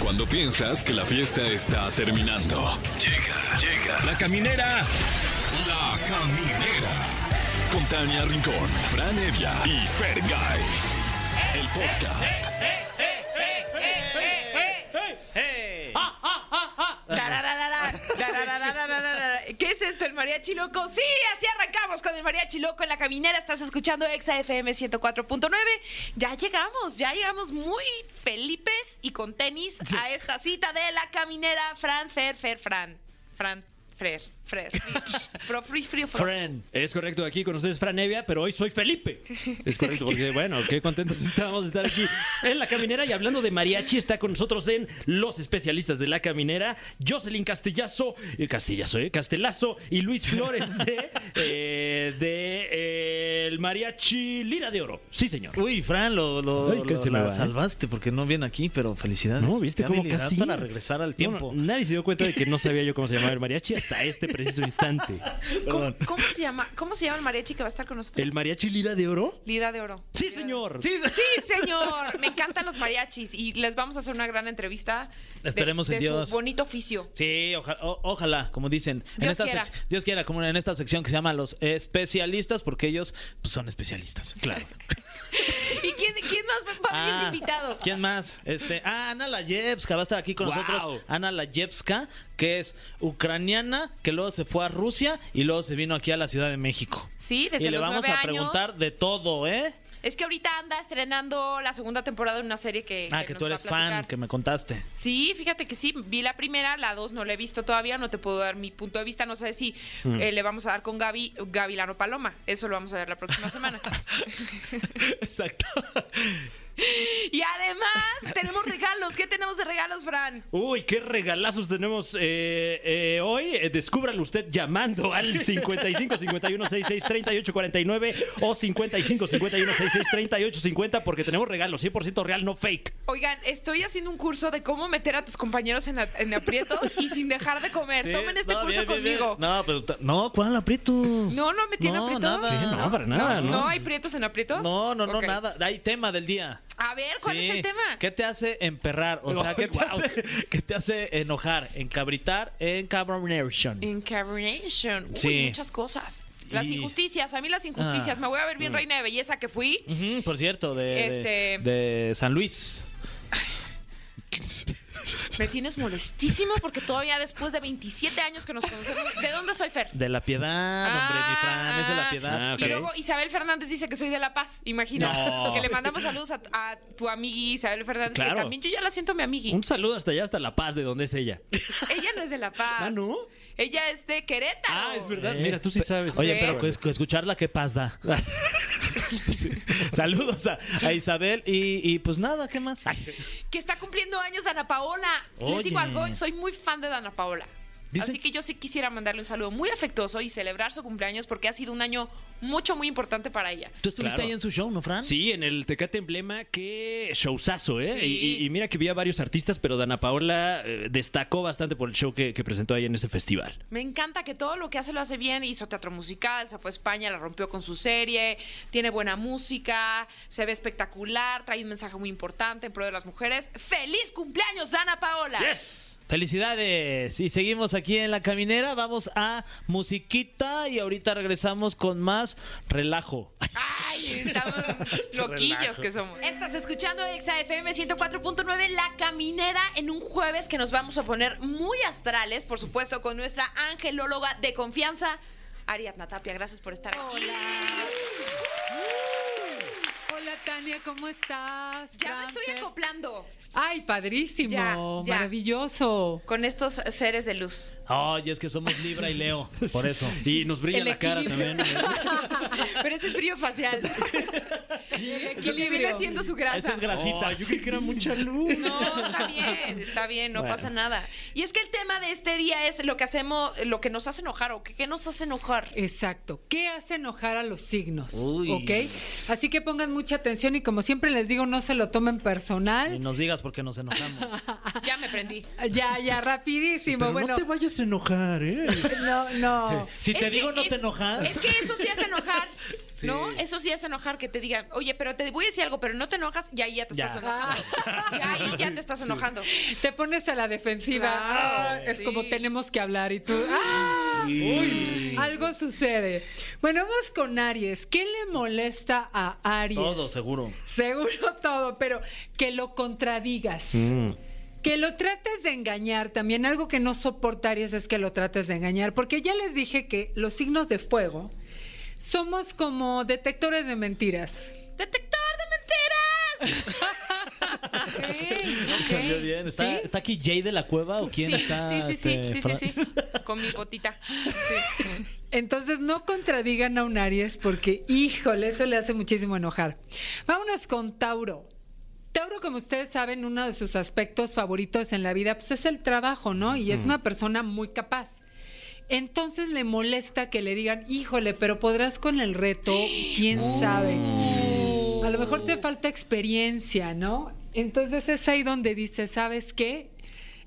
Cuando piensas que la fiesta está terminando. Llega, llega. La caminera. La caminera. Con Tania Rincón, Fran Evia y Fer El podcast. ¿Qué es esto, el mariachi loco? Sí, así arrancamos con el mariachi loco en la caminera. Estás escuchando Exa FM 104.9. Ya llegamos, ya llegamos muy felipes y con tenis a esta cita de la caminera. Fran, Fer, Fer, Fran. Fran, Fer, Fer. Rich, Pro, free, free, pro. Fran, es correcto aquí con ustedes Fran Evia, pero hoy soy Felipe. Es correcto, porque bueno, qué contentos estábamos de estar aquí en La Caminera y hablando de mariachi está con nosotros en Los Especialistas de La Caminera, Jocelyn Castellazo, eh, Castellazo, eh, Castelazo y Luis Flores de, eh, de eh, el mariachi Lira de Oro. Sí, señor. Uy, Fran, lo, lo- Ay, que lo- se me la va, ¿eh? salvaste porque no viene aquí, pero felicidades. No, viste Qué cómo habilidad casi para regresar al tiempo. No, no, nadie se dio cuenta de que no sabía yo cómo se llamaba el mariachi hasta este preciso instante. ¿Cómo, cómo se llama, ¿Cómo se llama el mariachi que va a estar con nosotros? ¿El mariachi Lira de Oro? Lira de oro. Sí, señor. Sí, Sí, señor. Me encantan los mariachis y les vamos a hacer una gran entrevista. de- Esperemos en de Dios. Su bonito oficio. Sí, ojalá, o- ojalá, como dicen, en Dios esta quiera. sec- Dios quiera, como en e-, esta sección que se llama los especialistas, porque ellos pues, son especialistas. Claro. ¿Y quién, quién más va a venir de Ah, invitado? ¿Quién más? Este, ah, Ana Layevska va a estar aquí con Wow. nosotros. Ana Layevska, que es ucraniana, que luego se fue a Rusia y luego se vino aquí a la Ciudad de México. Sí, desde y le los vamos nueve a años. preguntar de todo, ¿eh? Es que ahorita anda estrenando la segunda temporada de una serie que. Ah, que nos tú va a eres fan, platicar. que me contaste. Sí, fíjate que sí, vi la primera, la dos no la he visto todavía, no te puedo dar mi punto de vista, no sé si Mm. eh, le vamos a dar con Gaby, Gavilano Paloma, eso lo vamos a ver la próxima semana. Exacto. y además tenemos regalos, ¿qué tenemos de regalos, Fran? Uy, qué regalazos tenemos eh, eh, hoy. Eh, Descúbralo usted llamando al 55 51 66 38 49 o 55 51 66 38 50 porque tenemos regalos 100% real, no fake. Oigan, estoy haciendo un curso de cómo meter a tus compañeros en, a- en aprietos y sin dejar de comer. Tomen este no, curso bien, bien, bien. conmigo. No, pero ta- no, ¿cuál aprieto? No, no metí en No, aprietos. nada. No, para nada, ¿no? ¿No hay prietos en aprietos? No, no, no, Ok. nada. Hay tema del día. A ver, ¿cuál Sí. es el tema? ¿Qué te hace emperrar? O sea, ¿qué te, Guau. hace, qué te hace enojar? Encabritar, encabronation. Incarnation. Uy, Sí. muchas cosas. Las Y- injusticias, a mí las injusticias. Ah. Me voy a ver bien Mm. reina de belleza que fui. Ujú, por cierto, de, de- Este- de San Luis. Me tienes molestísimo porque todavía después de 27 años que nos conocemos... ¿De dónde soy, Fer? De la piedad, hombre, Ah. mi Fran, es de la piedad. Ah, ok. Y luego Isabel Fernández dice que soy de La Paz, imagina. No. Que le mandamos saludos a, a tu amigui Isabel Fernández, Claro. que también yo ya la siento mi amigui. Un saludo hasta allá, hasta La Paz, de donde es ella. Ella no es de La Paz. Ah, ¿no? Ella es de Querétaro. Ah, es verdad. Eh. Mira, tú sí sabes. Oye, Sí. pero pues, escucharla, ¿qué paz da? Sí. Saludos a, a Isabel y, y, pues nada, ¿qué más? Que está cumpliendo años Dana Paola. Les Oye. digo algo, soy muy fan de Dana Paola. Dice- Así que yo sí quisiera mandarle un saludo muy afectuoso y celebrar su cumpleaños porque ha sido un año mucho, muy importante para ella. Tú estuviste Claro. ahí en su show, ¿no, Fran? Sí, en el Tecate Emblema, qué showzazo, ¿eh? Sí. Y, y- y mira que vi a varios artistas, pero Dana Paola eh, destacó bastante por el show que, que presentó ahí en ese festival. Me encanta que todo lo que hace lo hace bien. Hizo teatro musical, se fue a España, la rompió con su serie, tiene buena música, se ve espectacular, trae un mensaje muy importante en pro de las mujeres. ¡Feliz cumpleaños, Dana Paola! ¡Yes! Felicidades. Y seguimos aquí en la caminera. Vamos a musiquita y ahorita regresamos con más relajo. Ay, estamos loquillos que somos. Estás escuchando Exa FM 104.9 La Caminera en un jueves que nos vamos a poner muy astrales, por supuesto, con nuestra angelóloga de confianza, Ariadna Tapia. Gracias por estar aquí. Hola. Hola Tania, ¿cómo estás? Ya me estoy Franfer. acoplando Ay, padrísimo, Ya, ya. maravilloso. con estos seres de luz. Oye, es que somos Libra y Leo. Por eso. Y nos brilla El la cara equilibrio. también. ¿eh? Pero ese es brillo facial. Que le viene equilibrio. haciendo su grasa. Esa es grasita. Ay, yo creí que era mucha luz. No, está bien, está bien, no Bueno. pasa nada. Y es que el tema de este día es lo que hacemos, lo que nos hace enojar o que, que nos hace enojar. Exacto. ¿Qué hace enojar a los signos? Uy. ¿Ok? Así que pongan mucha atención y como siempre les digo, no se lo tomen Y personal. nos digas por qué nos enojamos. Ya me prendí. Ya, ya, rapidísimo. bueno, vayas a enojar, ¿eh? no, no. Si Es te que digo no es- te enojas. Es que eso sí hace enojar. ¿No? Eso sí es enojar que te digan, oye, pero te voy a decir algo, pero no te enojas y ahí ya te Ya. Ah. estás enojando. Y ahí ya te estás enojando. Te pones a la defensiva. Claro, Ah, es sí. como tenemos que hablar y tú. ¡ah! Uy, algo sucede. Bueno, vamos con Aries. ¿Qué le molesta a Aries? Todo, seguro. Seguro todo, pero que lo contradigas. Mm. Que lo trates de engañar también. Algo que no soporta Aries es que lo trates de engañar. Porque ya les dije que los signos de fuego somos como detectores de mentiras. ¡Detector de mentiras! Ok, ok. Salió bien. ¿Está, ¿Sí? está aquí Jay de la Cueva o quién sí, está? sí, sí, sí, este, sí, sí, Fran? sí, Con mi gotita. Sí. Entonces no contradigan a un Aries porque, híjole, eso le hace muchísimo enojar. Vámonos con Tauro. Tauro, como ustedes saben, uno de sus aspectos favoritos en la vida pues, es el trabajo, ¿no? Y es una persona muy capaz. Entonces le molesta que le digan, híjole, pero podrás con el reto, quién sabe. A lo mejor te falta experiencia, ¿no? Entonces es ahí donde dice, ¿sabes qué?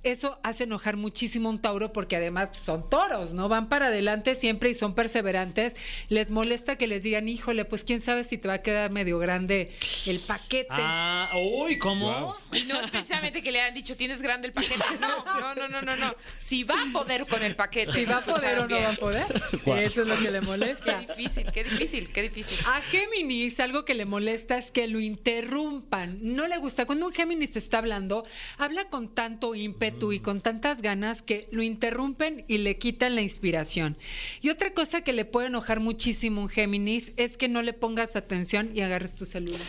Eso hace enojar muchísimo a un Tauro porque además pues, son toros, ¿no? Van para adelante siempre y son perseverantes. Les molesta que les digan, híjole, pues quién sabe si te va a quedar medio grande el paquete. Ah, uy, ¿cómo? Guau. Y no es precisamente que le han dicho, tienes grande el paquete. No, no, no, no, no. no. Si va a poder con el paquete. Si va a poder o no va a poder. Guau. Eso es lo que le Qué molesta. difícil, qué difícil, qué difícil. A Géminis algo que le molesta es que lo interrumpan. No le gusta. Cuando un Géminis te está hablando, habla con tanto ímpetu y con tantas ganas que lo interrumpen y le quitan la inspiración. Y otra cosa que le puede enojar muchísimo a un Géminis es que no le pongas atención y agarres tu celular.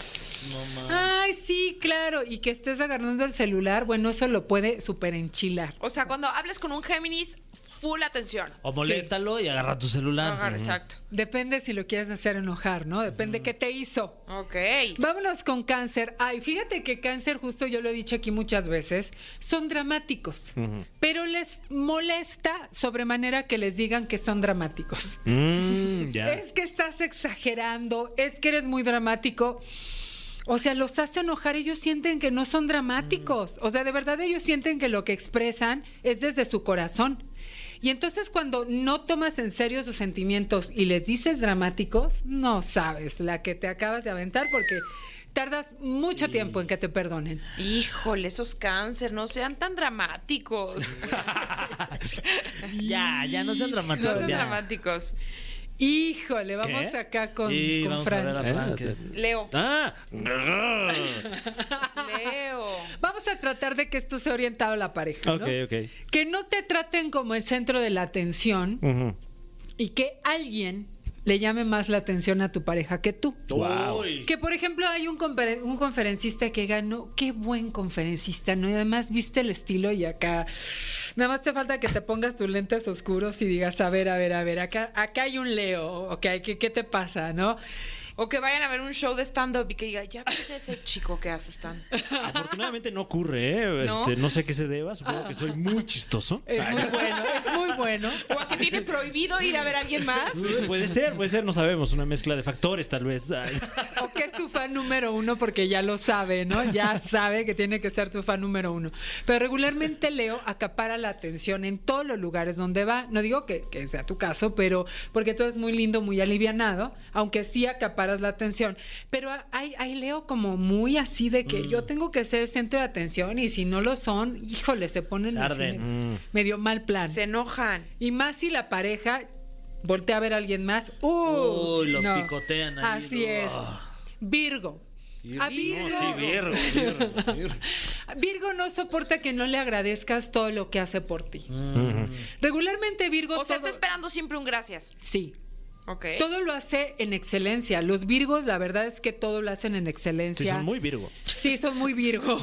Ay, sí, claro. Y que estés agarrando el celular, bueno, eso lo puede super enchilar. O sea, cuando hablas con un Géminis, full atención. O moléstalo y agarra tu celular. Agarra, Ujú. Exacto. Depende si lo quieres hacer enojar, ¿no? Depende qué te hizo. Ok. Vámonos con cáncer. Ay, fíjate que cáncer, justo yo lo he dicho aquí muchas veces, son dramáticos, Ujú. pero les molesta sobremanera que les digan que son dramáticos. Mm, ya. Es que estás exagerando, es que eres muy dramático. O sea, los hace enojar, ellos sienten que no son dramáticos. Mm. O sea, de verdad ellos sienten que lo que expresan es desde su corazón. Y entonces cuando no tomas en serio sus sentimientos y les dices dramáticos, no sabes la que te acabas de aventar porque tardas mucho tiempo en que te perdonen. Híjole, esos cáncer, no sean tan dramáticos. Ya, ya, no sean dramáticos. No sean ya. dramáticos. Híjole, vamos ¿Qué? acá con, Y con vamos Fran. a ver a Fran. que- Leo. Ah, Leo. Vamos a tratar de que esto sea orientado a la pareja. ¿no? ok, ok. Que no te traten como el centro de la atención Ujú. y que alguien le llame más la atención a tu pareja que tú. Uy. Que por ejemplo hay un, compere- un conferencista que ganó, qué buen conferencista, ¿no? Y además viste el estilo y acá, nada más te falta que te pongas tus lentes oscuros y digas, a ver, a ver, a ver, acá, acá hay un Leo, ok, ¿qué, qué te pasa, no? O que vayan a ver un show de stand-up y que diga, ya viste ese chico que hace stand Afortunadamente no ocurre, ¿eh? ¿No? Este, no sé qué se deba, supongo que soy muy chistoso. Es muy bueno, es muy bueno. O a que tiene prohibido ir a ver a alguien más. Puede ser, puede ser, no sabemos, una mezcla de factores tal vez. Ay. O que es tu fan número uno porque ya lo sabe, ¿no? Ya sabe que tiene que ser tu fan número uno. Pero regularmente Leo acapara la atención en todos los lugares donde va. No digo que, que sea tu caso, pero porque tú eres muy lindo, muy alivianado, aunque sí acaparas la atención. Pero hay, hay Leo como muy así de Mm. que yo tengo que ser el centro de atención y si no lo son, híjole, se ponen Se así arden. medio- medio mal plan. Se enojan. Y más si la pareja voltea a ver a alguien más. ¡Uh! Uy, los No. picotean ahí. Así es. Ah. Virgo. A Virgo. No, sí, Virgo, Virgo, Virgo. Virgo no soporta que no le agradezcas todo lo que hace por ti. Ujú. Regularmente Virgo O sea, está todo- esperando siempre un gracias. Sí. Ok. Todo lo hace en excelencia. Los Virgos, la verdad es que todo lo hacen en Sí, excelencia. son muy Virgo. Sí, son muy Virgo.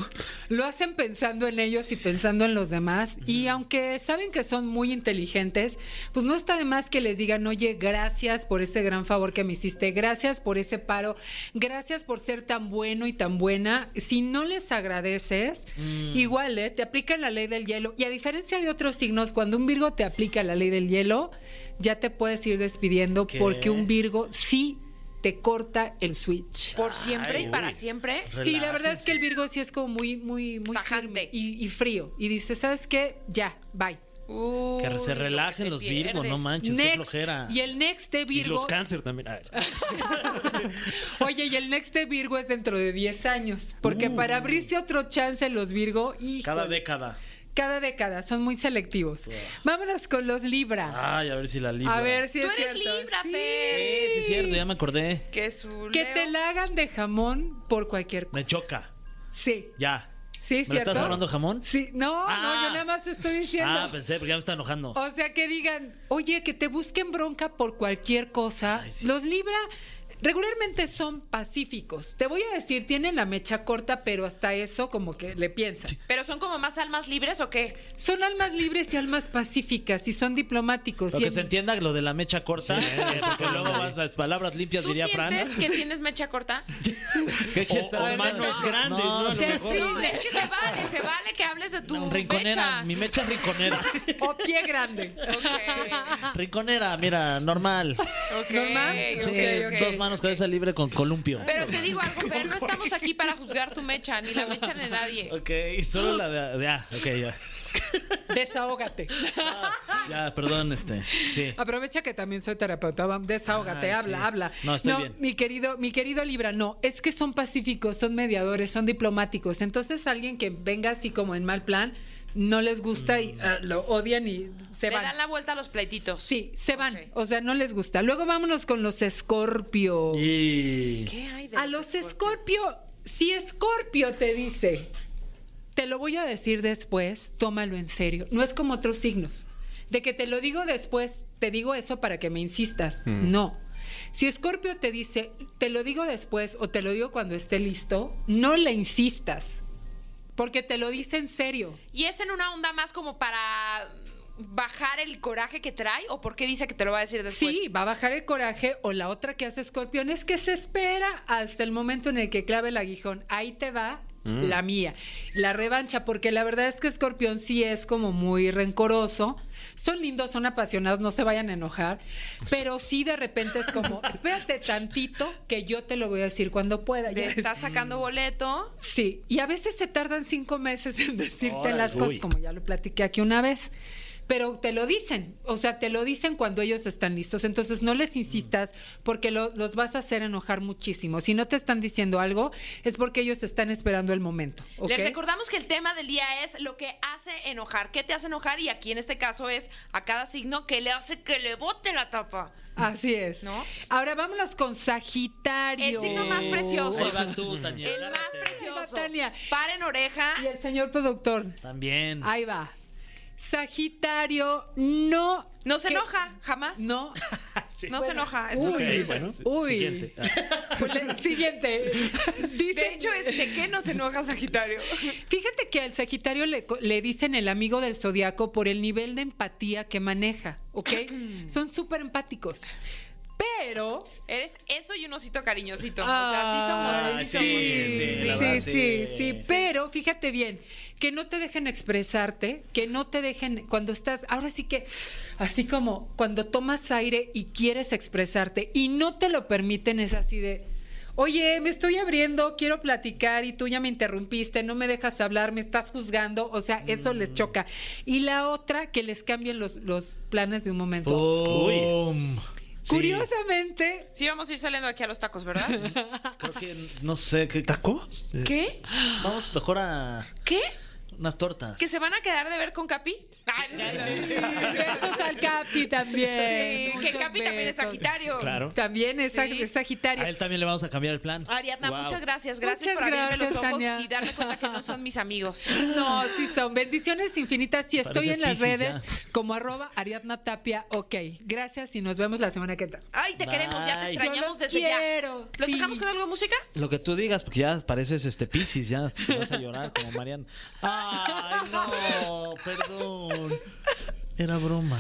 Lo hacen pensando en ellos y pensando en los demás. Y aunque saben que son muy inteligentes, pues no está de más que les digan, oye, gracias por ese gran favor que me hiciste, gracias por ese paro, gracias por ser tan bueno y tan buena. Si no les agradeces, igual, ¿eh? te aplican la ley del hielo. Y a diferencia de otros signos, cuando un Virgo te aplica la ley del hielo, ya te puedes ir despidiendo ¿Qué? porque un Virgo sí te corta el switch. Por siempre Ay, y para uy. siempre. Sí, la verdad es que el Virgo sí es como muy, muy, muy Tajante. firme y, y frío. Y dice, ¿sabes qué? Ya, bye. Que Uy, se lo que relajen te los Virgo, no pierdes. manches, qué Next. flojera. Y el next de Y Virgo. los cáncer también. A ver. Oye, y el next de Virgo es dentro de 10 años. Porque para abrirse otro chance los Virgo, y Uh. Cada década. Cada década, son muy selectivos. Vámonos con los Libra. Ay, a ver si la Ah, libra. A ver si Tú es eres cierto. Libra, Sí. Sí, Fer. sí es cierto, ya me acordé. Que su Que Leo- te la hagan de jamón por cualquier cosa. Me choca. Sí, Ya. sí, ¿Me es lo cierto. estás hablando jamón? Sí, no, Ah. no, yo nada más estoy diciendo. Ah, pensé, porque ya me está enojando. O sea, que digan, oye, que te busquen bronca por cualquier cosa. Ay, sí. Los Libra regularmente son pacíficos. Te voy a decir, tienen la mecha corta, pero hasta eso como que le piensan. ¿Pero son como más almas libres o qué? Son almas libres y almas pacíficas y son diplomáticos. Lo y que en- se entienda lo de la mecha corta, eh, porque luego vas las palabras limpias, ¿Tú diría Fran. sientes que tienes mecha corta? ¿Qué quieres O- estar o hablando? manos grandes, ¿no? A lo que mejor. sí. No, es que se vale, se vale que hables de tu Rinconera, mecha. mi mecha rinconera. O pie grande. Ok, rinconera, mira, normal. ok, Normal. ok, Sí, ok. dos manos cabeza libre con columpio. Pero te digo algo, Fer, no estamos aquí para juzgar tu mecha, ni la mecha de nadie. Ok, solo la de. Ya, ok, ya. Desahógate. Ya, perdón, este. Sí. Aprovecha que también soy terapeuta. va, Desahógate, Ay, habla, sí. habla. No, estoy bien. Mi querido, mi querido Libra, no, es que son pacíficos, son mediadores, son diplomáticos. Entonces, alguien que venga así como en mal plan, no les gusta Mm. y ah, lo odian y se Le van. dan la vuelta a los pleititos. Sí, se van. Ok. O sea, no les gusta. Luego vámonos con los Escorpio. Y. ¿Qué hay de A los Escorpio, si Escorpio te dice, te lo voy a decir después, tómalo en serio. No es como otros signos. De que te lo digo después, te digo eso para que me insistas. No. Si Escorpio te dice, te lo digo después o te lo digo cuando esté listo, no le insistas. Porque te lo dice en serio. ¿Y es en una onda más como para bajar el coraje que trae o por qué dice que te lo va a decir después? Sí, va a bajar el coraje o la otra que hace Escorpión es que se espera hasta el momento en el que clave el aguijón. Ahí te va la mía, la revancha, porque la verdad es que Escorpión sí es como muy rencoroso. Son lindos, son apasionados, no se vayan a enojar, pero sí de repente es como, espérate tantito que yo te lo voy a decir cuando pueda. Te Ya está sacando boleto. Sí, y a veces se tardan cinco meses en decirte Órale. las cosas, Uy. como ya lo platiqué aquí una vez. Pero te lo dicen, o sea, te lo dicen cuando ellos están listos. Entonces no les insistas porque lo- los vas a hacer enojar muchísimo. Si no te están diciendo algo, es porque ellos están esperando el momento. ¿ok? Les recordamos que el tema del día es lo que hace enojar. ¿Qué te hace enojar? Y aquí en este caso es a cada signo que le hace que le bote la tapa. Así es. ¿No? Ahora vámonos con Sagitario. El signo más precioso. Ahí vas tú, Tania. El más agárrate. precioso. Tania. Paren oreja. Y el señor productor. También. Ahí va. Sagitario no. No se que- enoja, jamás. No, No. se enoja. Es Uy. un- Ok, bueno. Uy. Siguiente. Ah, Pues, le- Siguiente. Dice, De hecho, este, ¿qué no se enoja Sagitario? Fíjate que al Sagitario le, co- le dicen el amigo del zodiaco por el nivel de empatía que maneja, ¿ok? Son súper empáticos. Pero. Eres eso y un osito cariñosito. o sea, Ay, sí somos, Ah, sí, así sí, somos. la Ah, sí, verdad, sí, sí. sí, Pero fíjate bien, que no te dejen expresarte, que no te dejen. Cuando estás. Ahora sí que. Así como cuando tomas aire y quieres expresarte y no te lo permiten, es así de. Oye, me estoy abriendo, quiero platicar y tú ya me interrumpiste, no me dejas hablar, me estás juzgando, o sea, eso Mm. les choca. Y la otra, que les cambien los, los planes de un momento. a otro. Boom. Oh, Sí. Curiosamente, Sí, vamos a ir saliendo aquí a los tacos, ¿verdad? Creo que, no sé, ¿qué tacos? Eh, ¿Qué? Vamos mejor a ¿Qué? unas tortas. ¿Que se van a quedar de ver con Capi? Ay, no sé. Besos al Capi también. Sí, que Muchos Capi también es besos. Sagitario. Claro. También es, sag- Sí. es Sagitario. A él también le vamos a cambiar el plan. Ariadna, Wow. muchas gracias. Gracias Muchas por abrirme gracias, los ojos Tania. y darme cuenta que no son mis amigos. No, sí son. Bendiciones infinitas. Si estoy Pareces en las Piscis redes ya. como arroba Ariadna Tapia. Ok, gracias y nos vemos la semana que entra. Ay, te queremos, ya te Bye. Yo los extrañamos desde quiero. ya. ¿Los Sí. dejamos con algo de música? Lo que tú digas, porque ya pareces este Piscis, ya te vas a llorar como Marian. Ay, no, perdón. Era broma.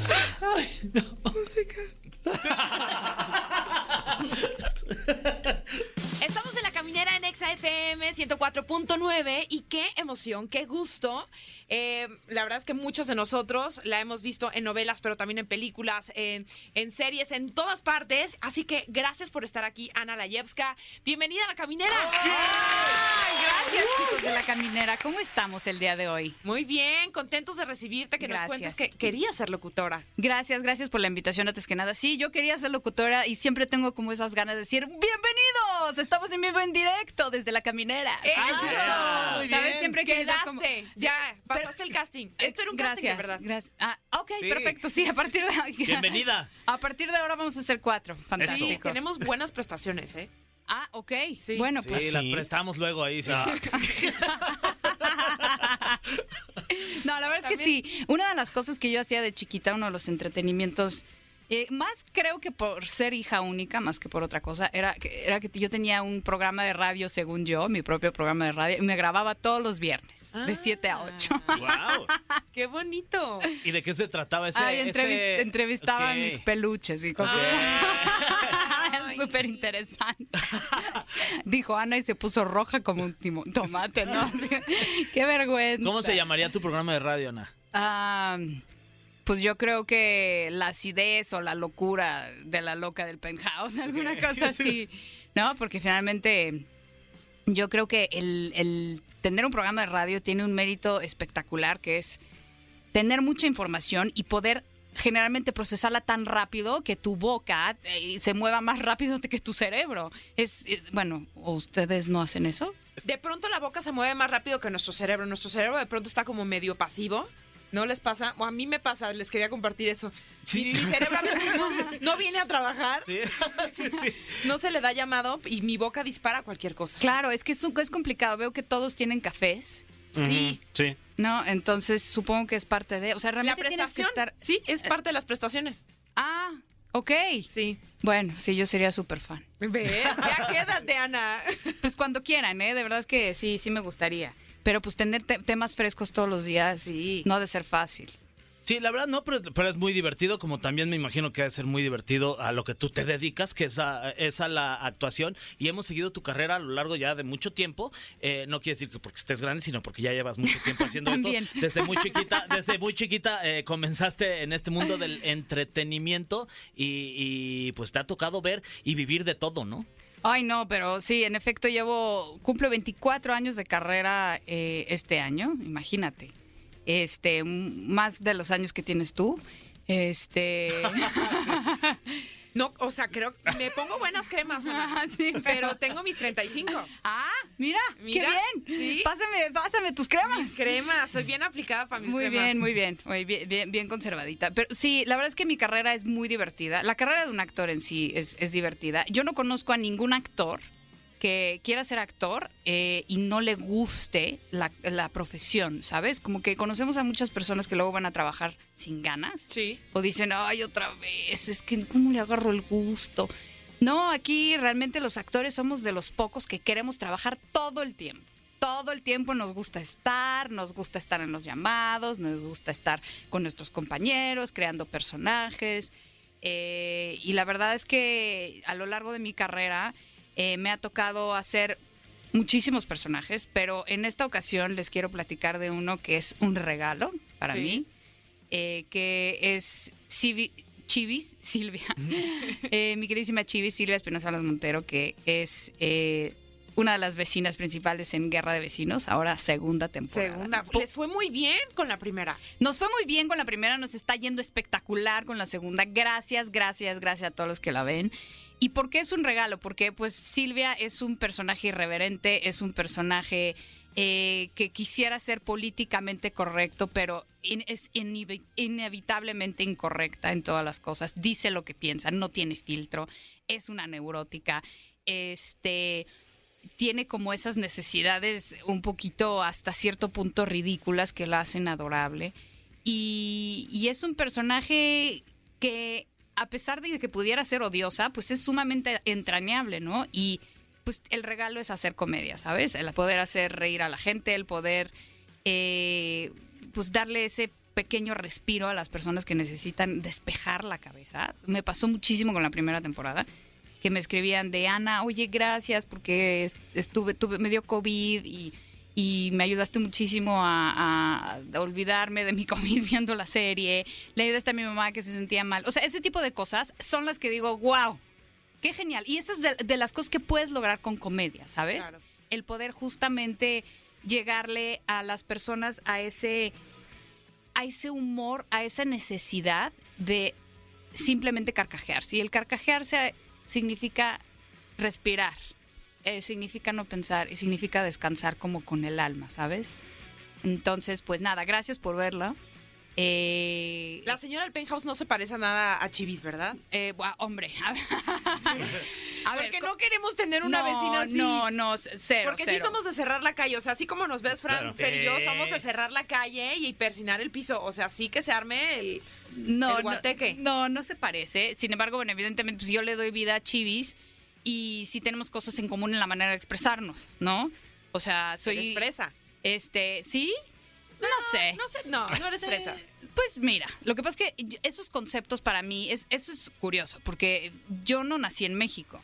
Estamos en la caminera en Exa FM 104.9 y qué emoción, qué gusto. Eh, la verdad es que muchos de nosotros la hemos visto en novelas, pero también en películas, en, en series, en todas partes. Así que gracias por estar aquí, Ana Layevska. Bienvenida a la caminera. Ay, gracias, chicos de la caminera. ¿Cómo estamos el día de hoy? Muy bien, contentos de recibirte, que nos cuentes Gracias. que querías ser locutora. Gracias, gracias por la invitación antes que nada. Sí, yo quería ser locutora y siempre tengo como esas ganas de decir, bienvenidos, estamos en vivo en directo desde la caminera. ¡Eso! Ah, Muy ¿Sabes? bien. Siempre he querido quedaste. eh, como- Ya, pasaste el casting. Esto era un gracias, casting, de ¿verdad? Gracias. Ah, ok, perfecto. Sí, a partir de Bienvenida. A partir de ahora vamos a hacer cuatro. Fantástico. Sí, tenemos buenas prestaciones, ¿eh? Ah, ok. Sí. Bueno, Sí, pues las sí. prestamos luego ahí. sí. No, la verdad es que sí. Una de las cosas que yo hacía de chiquita, uno de los entretenimientos, eh, más creo que por ser hija única, más que por otra cosa, era que, era que yo tenía un programa de radio, según yo, mi propio programa de radio, y me grababa todos los viernes, de Ah. 7 a 8. Wow. ¡Qué bonito! ¿Y de qué se trataba ese? Ay, entrevis- ese- entrevistaba Ok. a mis peluches y cosas. Ah. Es Súper interesante. Dijo Ana y se puso roja como un timo- tomate, ¿no? Así- Qué vergüenza. ¿Cómo se llamaría tu programa de radio, Ana? Ah, pues yo creo que la acidez o la locura de la loca del penthouse, alguna cosa así, ¿no? Porque finalmente yo creo que el, el tener un programa de radio tiene un mérito espectacular que es tener mucha información y poder generalmente procesarla tan rápido que tu boca eh, se mueva más rápido que tu cerebro. Es eh, bueno, ¿o ustedes no hacen eso? De pronto la boca se mueve más rápido que nuestro cerebro. Nuestro cerebro de pronto está como medio pasivo. ¿No les pasa? O a mí me pasa, les quería compartir eso. Mi, mi cerebro a veces no, no viene a trabajar, Sí, sí, sí. no se le da llamado y mi boca dispara cualquier cosa. Claro, es que es, un- es complicado. Veo que todos tienen cafés. Sí. Sí. No, entonces supongo que es parte de. O sea, La realmente tienes que prestación, estar. sí, es parte de las prestaciones. Ah, ok. Sí. Bueno, sí, yo sería súper fan. ¿Ves? Ya quédate, Ana. Pues cuando quieran, ¿eh? De verdad es que sí, sí me gustaría. Pero pues tener te- temas frescos todos los días Sí. no ha de ser fácil. Sí, la verdad no, pero, pero es muy divertido, como también me imagino que debe ser muy divertido a lo que tú te dedicas, que es a, es a la actuación. Y hemos seguido tu carrera a lo largo ya de mucho tiempo. Eh, no quiere decir que porque estés grande, sino porque ya llevas mucho tiempo haciendo esto. También. Desde muy chiquita, desde muy chiquita eh, comenzaste en este mundo del entretenimiento y, y, pues te ha tocado ver y vivir de todo, ¿no? Ay, no, pero sí, en efecto, llevo. Cumplo 24 años de carrera eh, este año, imagínate. Este, m- más de los años que tienes tú. Este. No, o sea, creo que me pongo buenas cremas, Ana, sí, pero tengo mis 35. Ah, mira, Mira, qué bien. sí. Pásame, pásame tus cremas. Cremas, soy bien aplicada para mis Muy cremas. bien, muy bien, muy bien, bien, bien conservadita. Pero sí, la verdad es que mi carrera es muy divertida. La carrera de un actor en sí es, es divertida. Yo no conozco a ningún actor que quiera ser actor eh, y no le guste la, la profesión, ¿sabes? Como que conocemos a muchas personas que luego van a trabajar sin ganas. Sí. O dicen, ay, otra vez, es que cómo le agarro el gusto. No, aquí realmente los actores somos de los pocos que queremos trabajar todo el tiempo. Todo el tiempo nos gusta estar, nos gusta estar en los llamados, nos gusta estar con nuestros compañeros, creando personajes. Eh, y la verdad es que a lo largo de mi carrera eh, me ha tocado hacer muchísimos personajes, pero en esta ocasión les quiero platicar de uno que es un regalo para Sí. mí, eh, que es Sivi- Chivis Silvia, Eh, mi queridísima Chivis Silvia Espinosa Las Montero, que es eh, una de las vecinas principales en Guerra de Vecinos, ahora segunda temporada. Segunda. Les fue muy bien con la primera. Nos fue muy bien con la primera, nos está yendo espectacular con la segunda. Gracias, gracias, gracias a todos los que la ven. ¿Y por qué es un regalo? Porque pues Silvia es un personaje irreverente, es un personaje eh, que quisiera ser políticamente correcto, pero in- es inevi- inevitablemente incorrecta en todas las cosas. Dice lo que piensa, no tiene filtro, es una neurótica. Este tiene como esas necesidades un poquito hasta cierto punto ridículas que la hacen adorable. Y, y es un personaje que, a pesar de que pudiera ser odiosa, pues es sumamente entrañable, ¿no? Y pues el regalo es hacer comedia, ¿sabes? El poder hacer reír a la gente, el poder eh, pues darle ese pequeño respiro a las personas que necesitan despejar la cabeza. Me pasó muchísimo con la primera temporada. que me escribían de Ana, oye, gracias porque est- estuve, tuve, me dio COVID y, y me ayudaste muchísimo a, a- a olvidarme de mi COVID viendo la serie. Le ayudaste a mi mamá que se sentía mal. O sea, ese tipo de cosas son las que digo, wow, qué genial. Y eso es de, de las cosas que puedes lograr con comedia, ¿sabes? Claro. El poder justamente llegarle a las personas a ese a ese humor, a esa necesidad de simplemente carcajearse. Y el carcajearse significa respirar, eh, significa no pensar y significa descansar como con el alma, ¿sabes? Entonces, pues nada, gracias por verla. Eh, La señora del penthouse no se parece a nada a Chivis, ¿verdad? eh, buah, hombre, a ver. A ver, Porque co- no queremos tener una no, vecina así. No, no, c- cero. Porque sí cero. somos de cerrar la calle, o sea, así como nos ves, Fran, Claro. Fer y yo, Sí. somos de cerrar la calle y persinar el piso, o sea, sí que se arme el... no, el no, guateque. No, no, se parece. Sin embargo, bueno, evidentemente, pues yo le doy vida a Chivis y sí tenemos cosas en común en la manera de expresarnos, ¿no? O sea, eres soy. fresa. Este, ¿sí? No, sé. No sé, no, no eres fresa. Pues mira, lo que pasa es que yo- esos conceptos para mí, es, eso es curioso, porque yo no nací en México.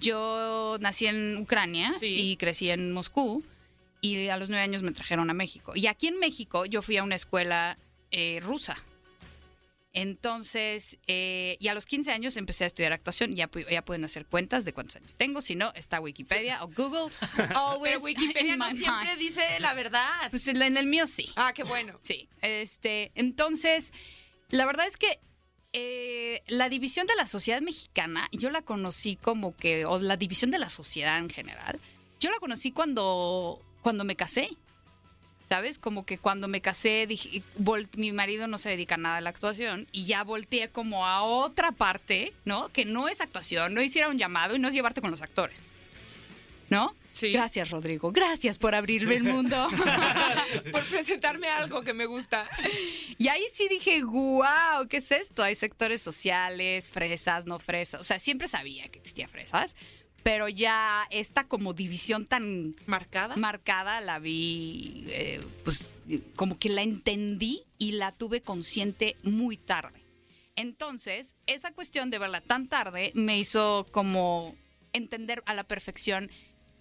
Yo nací en Ucrania Sí. y crecí en Moscú y a los nueve años me trajeron a México. Y aquí en México yo fui a una escuela eh, rusa. Entonces, eh, y a los 15 años empecé a estudiar actuación. Ya, pu- ya pueden hacer cuentas de cuántos años tengo. Si no, está Wikipedia o Google. Pero Always Wikipedia in no my siempre mind. dice la verdad. Pues en el mío sí. Ah, qué bueno. Sí, este, entonces, la verdad es que eh, la división de la sociedad mexicana, yo la conocí como que, o la división de la sociedad en general, yo la conocí cuando, cuando me casé. ¿Sabes? Como que cuando me casé, dije, vol- mi marido no se dedica a nada a la actuación y ya volteé como a otra parte, ¿no? Que no es actuación, no hiciera un llamado y no es llevarte con los actores. ¿No? Sí. Gracias, Rodrigo. Gracias por abrirme el mundo. Por presentarme algo que me gusta. Y ahí sí dije, wow, ¿qué es esto? Hay sectores sociales, fresas, no fresas. O sea, siempre sabía que existía fresas, pero ya esta como división tan ¿Marcada? marcada la vi, eh, pues como que la entendí y la tuve consciente muy tarde. Entonces, esa cuestión de verla tan tarde me hizo como entender a la perfección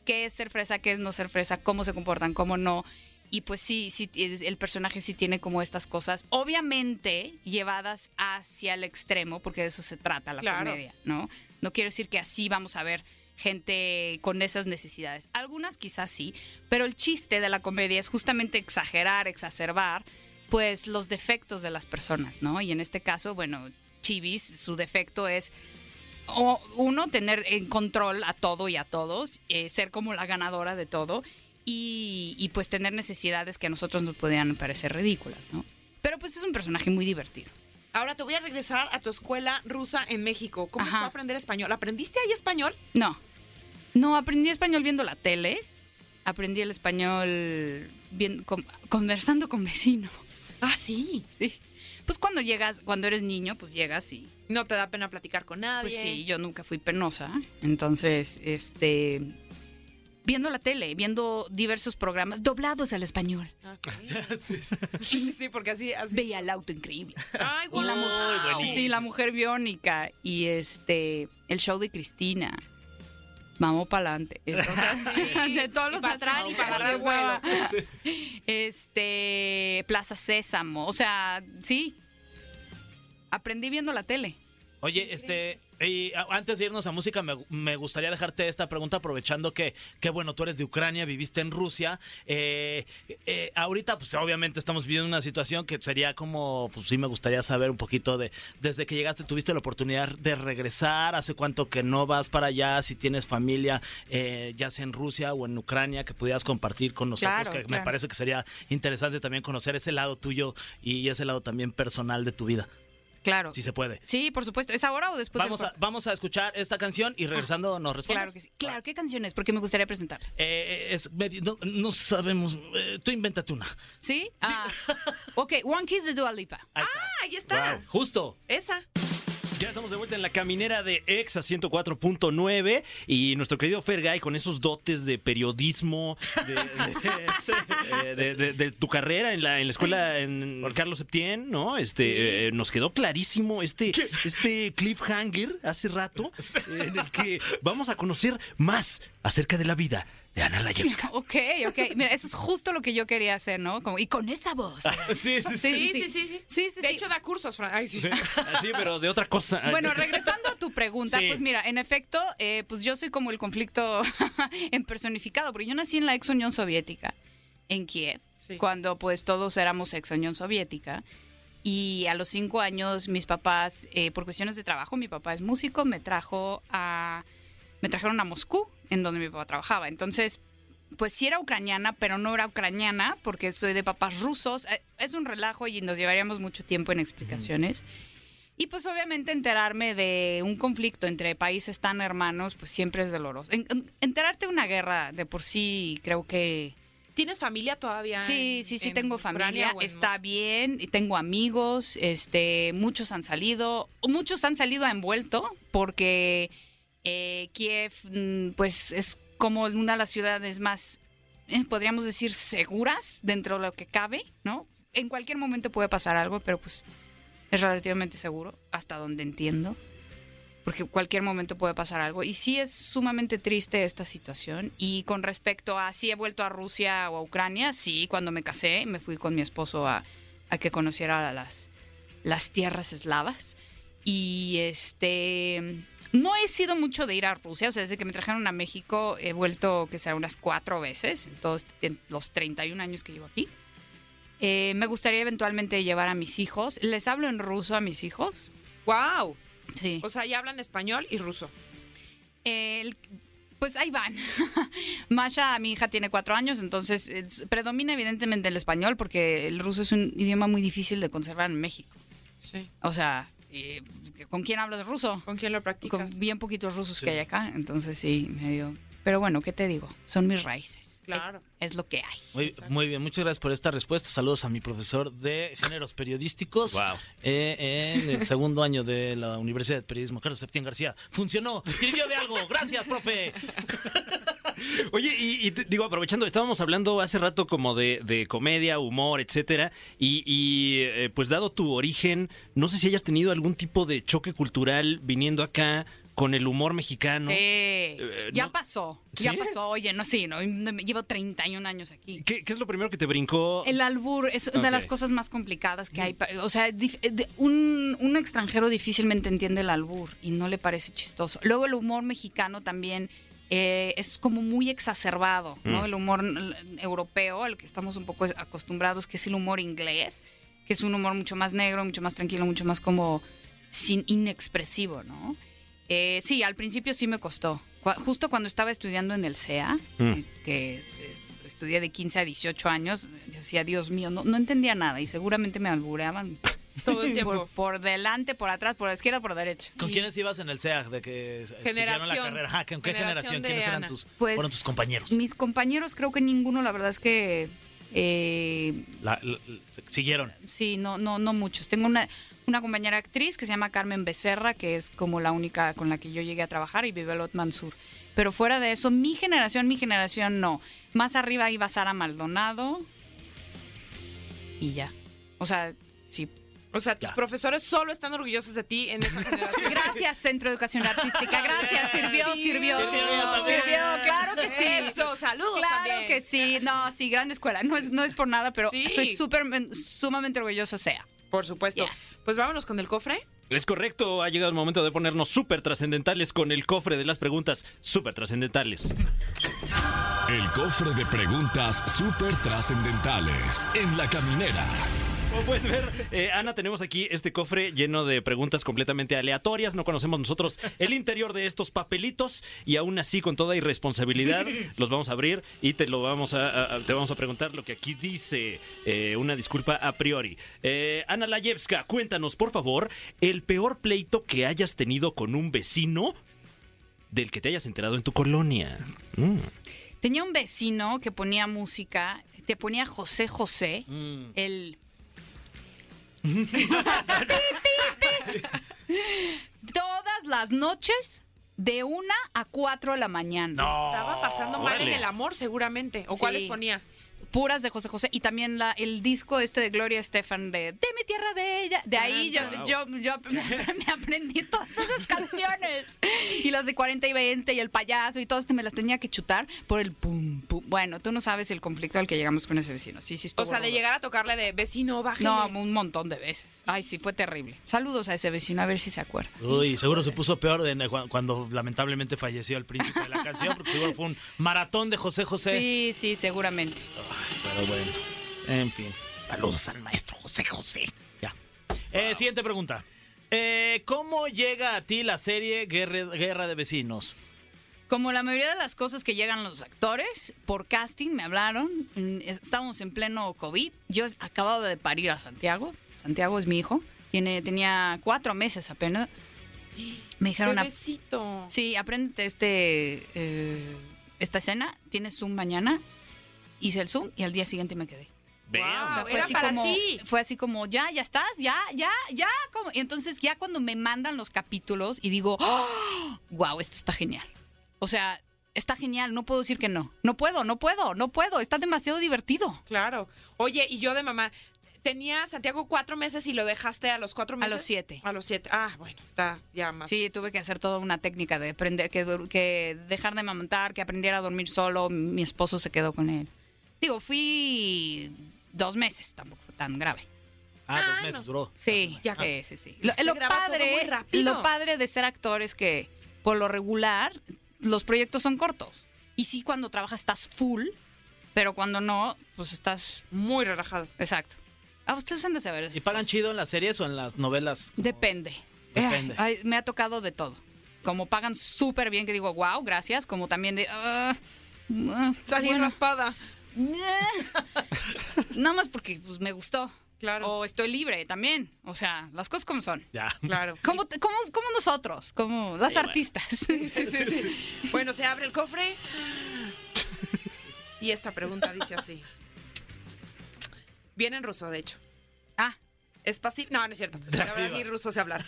qué es ser fresa, qué es no ser fresa, cómo se comportan, cómo no. Y pues sí, sí, es- el personaje sí tiene como estas cosas, obviamente llevadas hacia el extremo, porque de eso se trata la Claro. comedia, ¿no? No quiero decir que así vamos a ver gente con esas necesidades. Algunas quizás sí, pero el chiste de la comedia es justamente exagerar, exacerbar, pues los defectos de las personas, ¿no? Y en este caso, bueno, Chivis, su defecto es o uno tener en control a todo y a todos, eh, ser como la ganadora de todo y, y, pues tener necesidades que a nosotros nos podían parecer ridículas, ¿no? Pero pues es un personaje muy divertido. Ahora te voy a regresar a tu escuela rusa en México. ¿Cómo Ajá. fue aprender español? ¿Aprendiste ahí español? No, no, aprendí español viendo la tele, aprendí el español bien- con- conversando con vecinos, Ah, sí. sí. Pues cuando llegas, cuando eres niño, pues llegas y No te da pena platicar con nadie. Pues sí, yo nunca fui penosa. Entonces, este. Viendo la tele, viendo diversos programas doblados al español. Ah, Ok. sí, sí, porque así, así. Veía el auto increíble. Ay, Y la, mu- guau. buenísimo. sí, la mujer biónica. Y este. El show de Cristina. Vamos para adelante. Sí, de todos y los pa' atrás atrás y pa' agarrar vuelo. Este. Plaza Sésamo. O sea, sí. Aprendí viendo la tele. Oye, este, y a- antes de irnos a música, me, me gustaría dejarte esta pregunta aprovechando que, que, bueno, tú eres de Ucrania, viviste en Rusia. eh, eh, ahorita, pues obviamente estamos viviendo una situación que sería como, pues sí, me gustaría saber un poquito de, desde que llegaste, tuviste la oportunidad de regresar, hace cuánto que no vas para allá, si tienes familia, eh, ya sea en Rusia o en Ucrania, que pudieras compartir con nosotros, Claro, que me claro. parece que sería interesante también conocer ese lado tuyo y ese lado también personal de tu vida, Claro. si se puede. Sí, por supuesto. ¿Es ahora o después del Vamos a, vamos a escuchar esta canción y regresando nos respondes. Claro que sí. Claro, ¿qué canciones? Porque me gustaría presentar. Eh, eh, es medio- no, no sabemos. eh, tú invéntate una. ¿Sí? Ah, ok, One Kiss de Dua Lipa. Ahí Ah, ahí está. Wow, Justo. Esa. Ya estamos de vuelta en la caminera de Exa 104.9 y nuestro querido Fergay con esos dotes de periodismo, de, de- de- de- de tu carrera en la, en la escuela en Carlos Septién, ¿no? Este, eh, nos quedó clarísimo este, este cliffhanger hace rato en el que vamos a conocer más acerca de la vida de Ana Layevska. Ok, ok. Mira, eso es justo lo que yo quería hacer, ¿no? Como, y con esa voz. Sí, sí, Sí, Sí, sí, sí. sí. Sí, sí, de sí. hecho, da cursos, Fran. Ay, sí. Así, pero de otra cosa. Bueno, regresando a tu pregunta, Sí. pues mira, en efecto, eh, pues yo soy como el conflicto en personificado, porque yo nací en la ex Unión Soviética, en Kiev, Sí. cuando pues todos éramos ex Unión Soviética. Y a los cinco años, mis papás, eh, por cuestiones de trabajo, mi papá es músico, me trajo a. me trajeron a Moscú, en donde mi papá trabajaba. Entonces, pues sí era ucraniana, pero no era ucraniana, porque soy de papás rusos. Eh, Es un relajo y nos llevaríamos mucho tiempo en explicaciones. Y pues obviamente enterarme de un conflicto entre países tan hermanos, pues siempre es doloroso. En- en- enterarte de una guerra de por sí creo que... ¿Tienes familia todavía? Sí, en- sí, sí, en tengo Ucrania familia, o en está bien, y tengo amigos, este, muchos han salido, muchos han salido a envuelto porque eh, Kiev, mm, pues es como una de las ciudades más, eh, podríamos decir, seguras dentro de lo que cabe, ¿no? En cualquier momento puede pasar algo, pero pues es relativamente seguro, hasta donde entiendo. Porque cualquier momento puede pasar algo. Y sí es sumamente triste esta situación. Y con respecto a si he vuelto a Rusia o a Ucrania, sí, cuando me casé me fui con mi esposo a, a que conociera las, las tierras eslavas. Y este. No he sido mucho de ir a Rusia, o sea, desde que me trajeron a México he vuelto, que será unas cuatro veces, en todos en los 31 años que llevo aquí. Eh, me gustaría eventualmente llevar a mis hijos. Les hablo en ruso a mis hijos. ¡Wow! Sí. O sea, ya hablan español y ruso. El- pues ahí van. Masha, mi hija, tiene cuatro años, entonces es- predomina evidentemente el español porque el ruso es un idioma muy difícil de conservar en México. Sí. O sea, eh, ¿con quién hablas ruso? ¿Con quién lo practicas? Con bien poquitos rusos que hay acá, entonces sí, medio... Pero bueno, ¿qué te digo? Son mis raíces. Claro. Eh, Es lo que hay. Muy, muy bien, muchas gracias por esta respuesta. Saludos a mi profesor de géneros periodísticos eh, en el segundo año de la Universidad de Periodismo, Carlos Septién García. Funcionó, sirvió de algo. Gracias, profe. Oye, y, y te- digo, aprovechando, estábamos hablando hace rato como de, de comedia, humor, etcétera, y, y, eh, pues dado tu origen, no sé si hayas tenido algún tipo de choque cultural viniendo acá con el humor mexicano. Sí. Eh, ya no- pasó. Ya ¿Sí? pasó. Oye, no, sí, no, me- llevo 31 años aquí. ¿Qué, qué es lo primero que te brincó? El albur es una de Ok. las cosas más complicadas que hay. pa- O sea, dif- eh, de- un, un extranjero difícilmente entiende el albur y no le parece chistoso. Luego el humor mexicano también eh, es como muy exacerbado, ¿no? Mm. El humor mm, europeo, al que estamos un poco acostumbrados, que es el humor inglés, que es un humor mucho más negro, mucho más tranquilo, mucho más como sin, inexpresivo, ¿no? Eh, sí, al principio sí me costó. Cua- Justo cuando estaba estudiando en el CEA, Mm. eh, que eh, estudié de 15 a 18 años, decía, Dios mío, no, no entendía nada y seguramente me albureaban Todo el por, tiempo. por delante, por atrás, por la izquierda, por la derecha. ¿Con Y, quiénes ibas en el SEAG? ¿De que siguieron la Generación. carrera? Ajá, ¿Con qué Generación generación? de ¿Quiénes eran Ana. tus, Pues, fueron tus compañeros? Mis compañeros creo que ninguno, la verdad es que... eh, La- la- la- siguieron. sí, no, no, no muchos. Tengo una, una compañera actriz que se llama Carmen Becerra, que es como la única con la que yo llegué a trabajar, y Vivelot Mansur. Pero fuera de eso, mi generación, mi generación no. Más arriba iba Sara Maldonado y ya. O sea, sí. O sea, tus Ya. profesores solo están orgullosos de ti en esa generación. Gracias, Centro de Educación Artística. Gracias, sirvió, sirvió, sirvió, sirvió. Claro que sí. Eso, saludos Claro también. que sí, no, sí, gran escuela. No es, no es por nada, pero Sí. soy súper, sumamente orgullosa sea. Por supuesto. Yes. Pues vámonos con el cofre. Es correcto, ha llegado el momento de ponernos súper trascendentales con el cofre de las preguntas súper trascendentales. El cofre de preguntas súper trascendentales en la caminera. Como puedes ver, eh, Ana, tenemos aquí este cofre lleno de preguntas completamente aleatorias. No conocemos nosotros el interior de estos papelitos y aún así, con toda irresponsabilidad, los vamos a abrir y te lo vamos a, a- a- te vamos a preguntar lo que aquí dice. Eh, una disculpa a priori. Eh, Ana Layevska, cuéntanos, por favor, el peor pleito que hayas tenido con un vecino del que te hayas enterado en tu colonia. Mm. Tenía un vecino que ponía música, te ponía José José, Mm. el... Todas las noches, de una a 4 de la mañana. No. Estaba pasando mal en órale. el amor, seguramente. ¿O Sí. cuáles ponía? Puras de José José. Y también la, el disco este de Gloria Estefan de De mi tierra bella. De ahí yo, Wow. yo, yo me aprendí todas esas canciones. Y las de 40 y 20 y el payaso y todas me las tenía que chutar por el pum, pum. Bueno, tú no sabes el conflicto al que llegamos con ese vecino. Sí, O sí, estuvo sea, de rudo. llegar a tocarle de vecino, bájale. No, un montón de veces. Ay, sí, fue terrible. Saludos a ese vecino, a ver si se acuerda. Uy, seguro se puso peor de- cu- cuando lamentablemente falleció el príncipe de la canción, porque seguro fue un maratón de José José. Sí, sí, seguramente. Pero bueno, en fin. Saludos al maestro José José. Ya. Eh, Siguiente pregunta. Eh, ¿Cómo llega a ti la serie Guerre- Guerra, de Vecinos? Como la mayoría de las cosas que llegan los actores, por casting me hablaron, mm, es- estábamos en pleno COVID, yo es- acababa de parir a Santiago, Santiago es mi hijo, tiene, tenía cuatro meses apenas, me dijeron, "Ap- Bebecito. sí, aprende este, eh, esta escena, tienes Zoom mañana, hice el Zoom y al día siguiente me quedé. Vean. O Wow, sea, fue Ah, era así para como, ti. fue así como, ya, ya estás, ya, ya, ya. como- Entonces, ya cuando me mandan los capítulos y digo, wow, esto está genial. O sea, está genial, no puedo decir que no. No puedo, no puedo, no puedo, está demasiado divertido. Claro. Oye, y yo de mamá, tenía Santiago cuatro meses y lo dejaste a los cuatro A meses. los siete. A los siete. Ah, bueno, está ya más. Sí, tuve que hacer toda una técnica de aprender, que, dur- que dejar de amamantar, que aprendiera a dormir solo. Mi esposo se quedó con él. Digo, fui dos meses, tampoco fue tan grave. Ah, Ah, dos meses duró. Sí, Ya. sí, sí, sí. Lo, Ah. Se lo graba todo muy padre, rápido. lo padre de ser actor es que, por lo regular, los proyectos son cortos. Y sí, cuando trabajas estás full, pero cuando no, pues estás... Muy relajado. Exacto. Ah, ustedes han de saber esas ¿Y pagan cosas. chido en las series o en las novelas? Depende. Depende. Ay, ay, me ha tocado de todo. Como pagan súper bien, que digo, wow, gracias. Como también de... ah, ah, Salí bueno, raspada. ah. Nada más porque pues, me gustó. Claro. O estoy libre también. O sea, las cosas como son. Ya. Claro. Como, te- como, como nosotros, como las artistas. Sí, sí, sí. Bueno, se abre el cofre. Y esta pregunta dice así. Viene en ruso, de hecho. Ah, Es pasivo. No, no es cierto. La verdad, Pasiva. ni ruso sé hablar.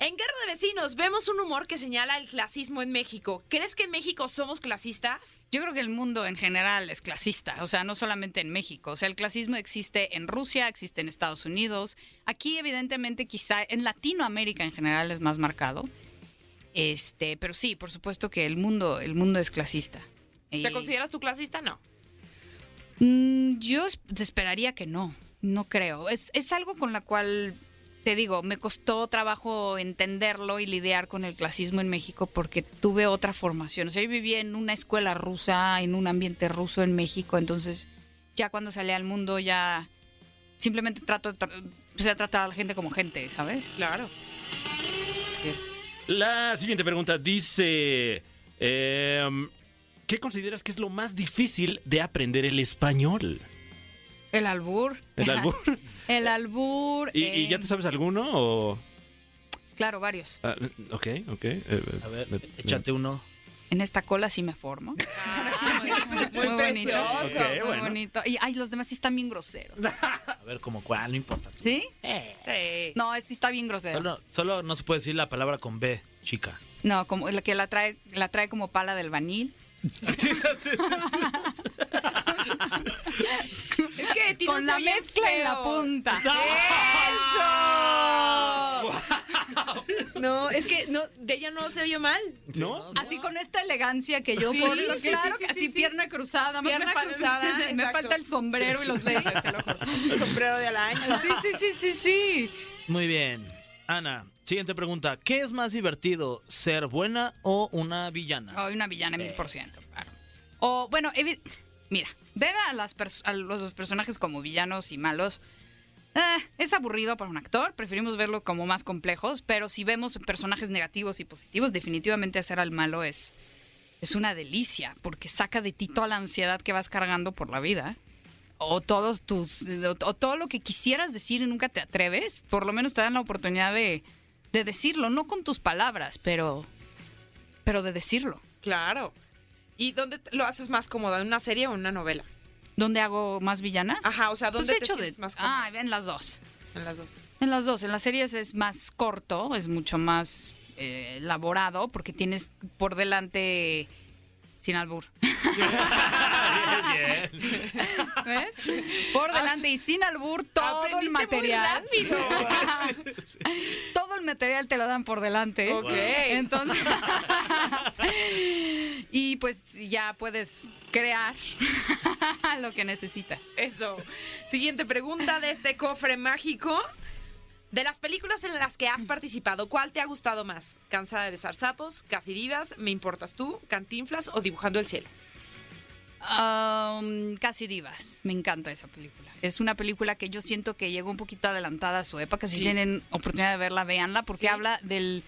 En Guerra de Vecinos vemos un humor que señala el clasismo en México. ¿Crees que en México somos clasistas? yo creo que el mundo en general es clasista, o sea, no solamente en México. O sea, el clasismo existe en Rusia, existe en Estados Unidos. Aquí, evidentemente, quizá en Latinoamérica en general es más marcado. Este, pero sí, por supuesto que el mundo, el mundo es clasista. ¿Te Y- consideras tú clasista? No. Mm, Yo es- esperaría que no, no creo. Es, es algo con la cual, te digo, me costó trabajo entenderlo y lidiar con el clasismo en México porque tuve otra formación. O sea, yo vivía en una escuela rusa, en un ambiente ruso en México, entonces ya cuando salí al mundo ya simplemente trato de tra- empecé a tratar a la gente como gente, ¿sabes? Claro. La siguiente pregunta dice: em, ¿Qué consideras que es lo más difícil de aprender el español? El albur. ¿El albur? El albur. ¿Y, y ya em, te sabes alguno? O... Claro, varios. ah, ok, ok. eh, A ver, eh, échate uno. En esta cola sí me formo. muy bonito. precioso. Ok, Muy bueno. bonito. Y ay, los demás sí están bien groseros. A ver, como cuál, no importa. ¿Sí? Sí. No, sí está bien grosero. Solo, solo no se puede decir la palabra con B, chica. No, como la que la trae, la trae como pala del vanil. Sí, sí, sí, sí. Es que de ti no Con la soy bien mezcla en la feo. punta. ¿Eh? No, es que no, de ella no se oye mal. ¿No? Así con esta elegancia que yo Sí, porto, sí, claro, sí, sí, así sí. pierna cruzada, más Pierna me fal- cruzada, me exacto. falta el sombrero y los lentes. te lo juro. Sombrero de ala ancha. Sí, sí, sí, sí, sí. Muy bien. Ana, siguiente pregunta. ¿Qué es más divertido, ser buena o una villana? Hay una villana mil por ciento. claro. O bueno, evi- mira, ver a, las pers- a los personajes como villanos y malos ah, es aburrido para un actor. Preferimos verlo como más complejos, pero si vemos personajes negativos y positivos, definitivamente hacer al malo es es una delicia porque saca de ti toda la ansiedad que vas cargando por la vida. O todos tus o, o todo lo que quisieras decir y nunca te atreves, por lo menos te dan la oportunidad de, de decirlo, no con tus palabras, pero pero de decirlo. Claro. ¿Y dónde te- lo haces más cómoda? ¿En una serie o en una novela? ¿Dónde hago más villanas? Ajá, o sea, ¿dónde Pues he te hecho sientes de- más cómoda? Ah, ven las dos. En las dos. En las dos, en las series es más corto, es mucho más eh, elaborado porque tienes por delante sin albur. Bien, bien. ¿Ves? Por delante y sin albur todo el Ah. Aprendiste muy material. rápido. todo el material te lo dan por delante. Ok. Entonces. y pues ya puedes crear lo que necesitas. Eso. Siguiente pregunta de este cofre mágico. De las películas en las que has participado, ¿cuál te ha gustado más? ¿Cansada de besar sapos? ¿Casi divas? ¿Me importas tú? ¿Cantinflas o dibujando el cielo? Um, Casi Divas. Me encanta esa película. Es una película que yo siento que llegó un poquito adelantada a su época. Si Sí. tienen oportunidad de verla, véanla, porque Sí. habla del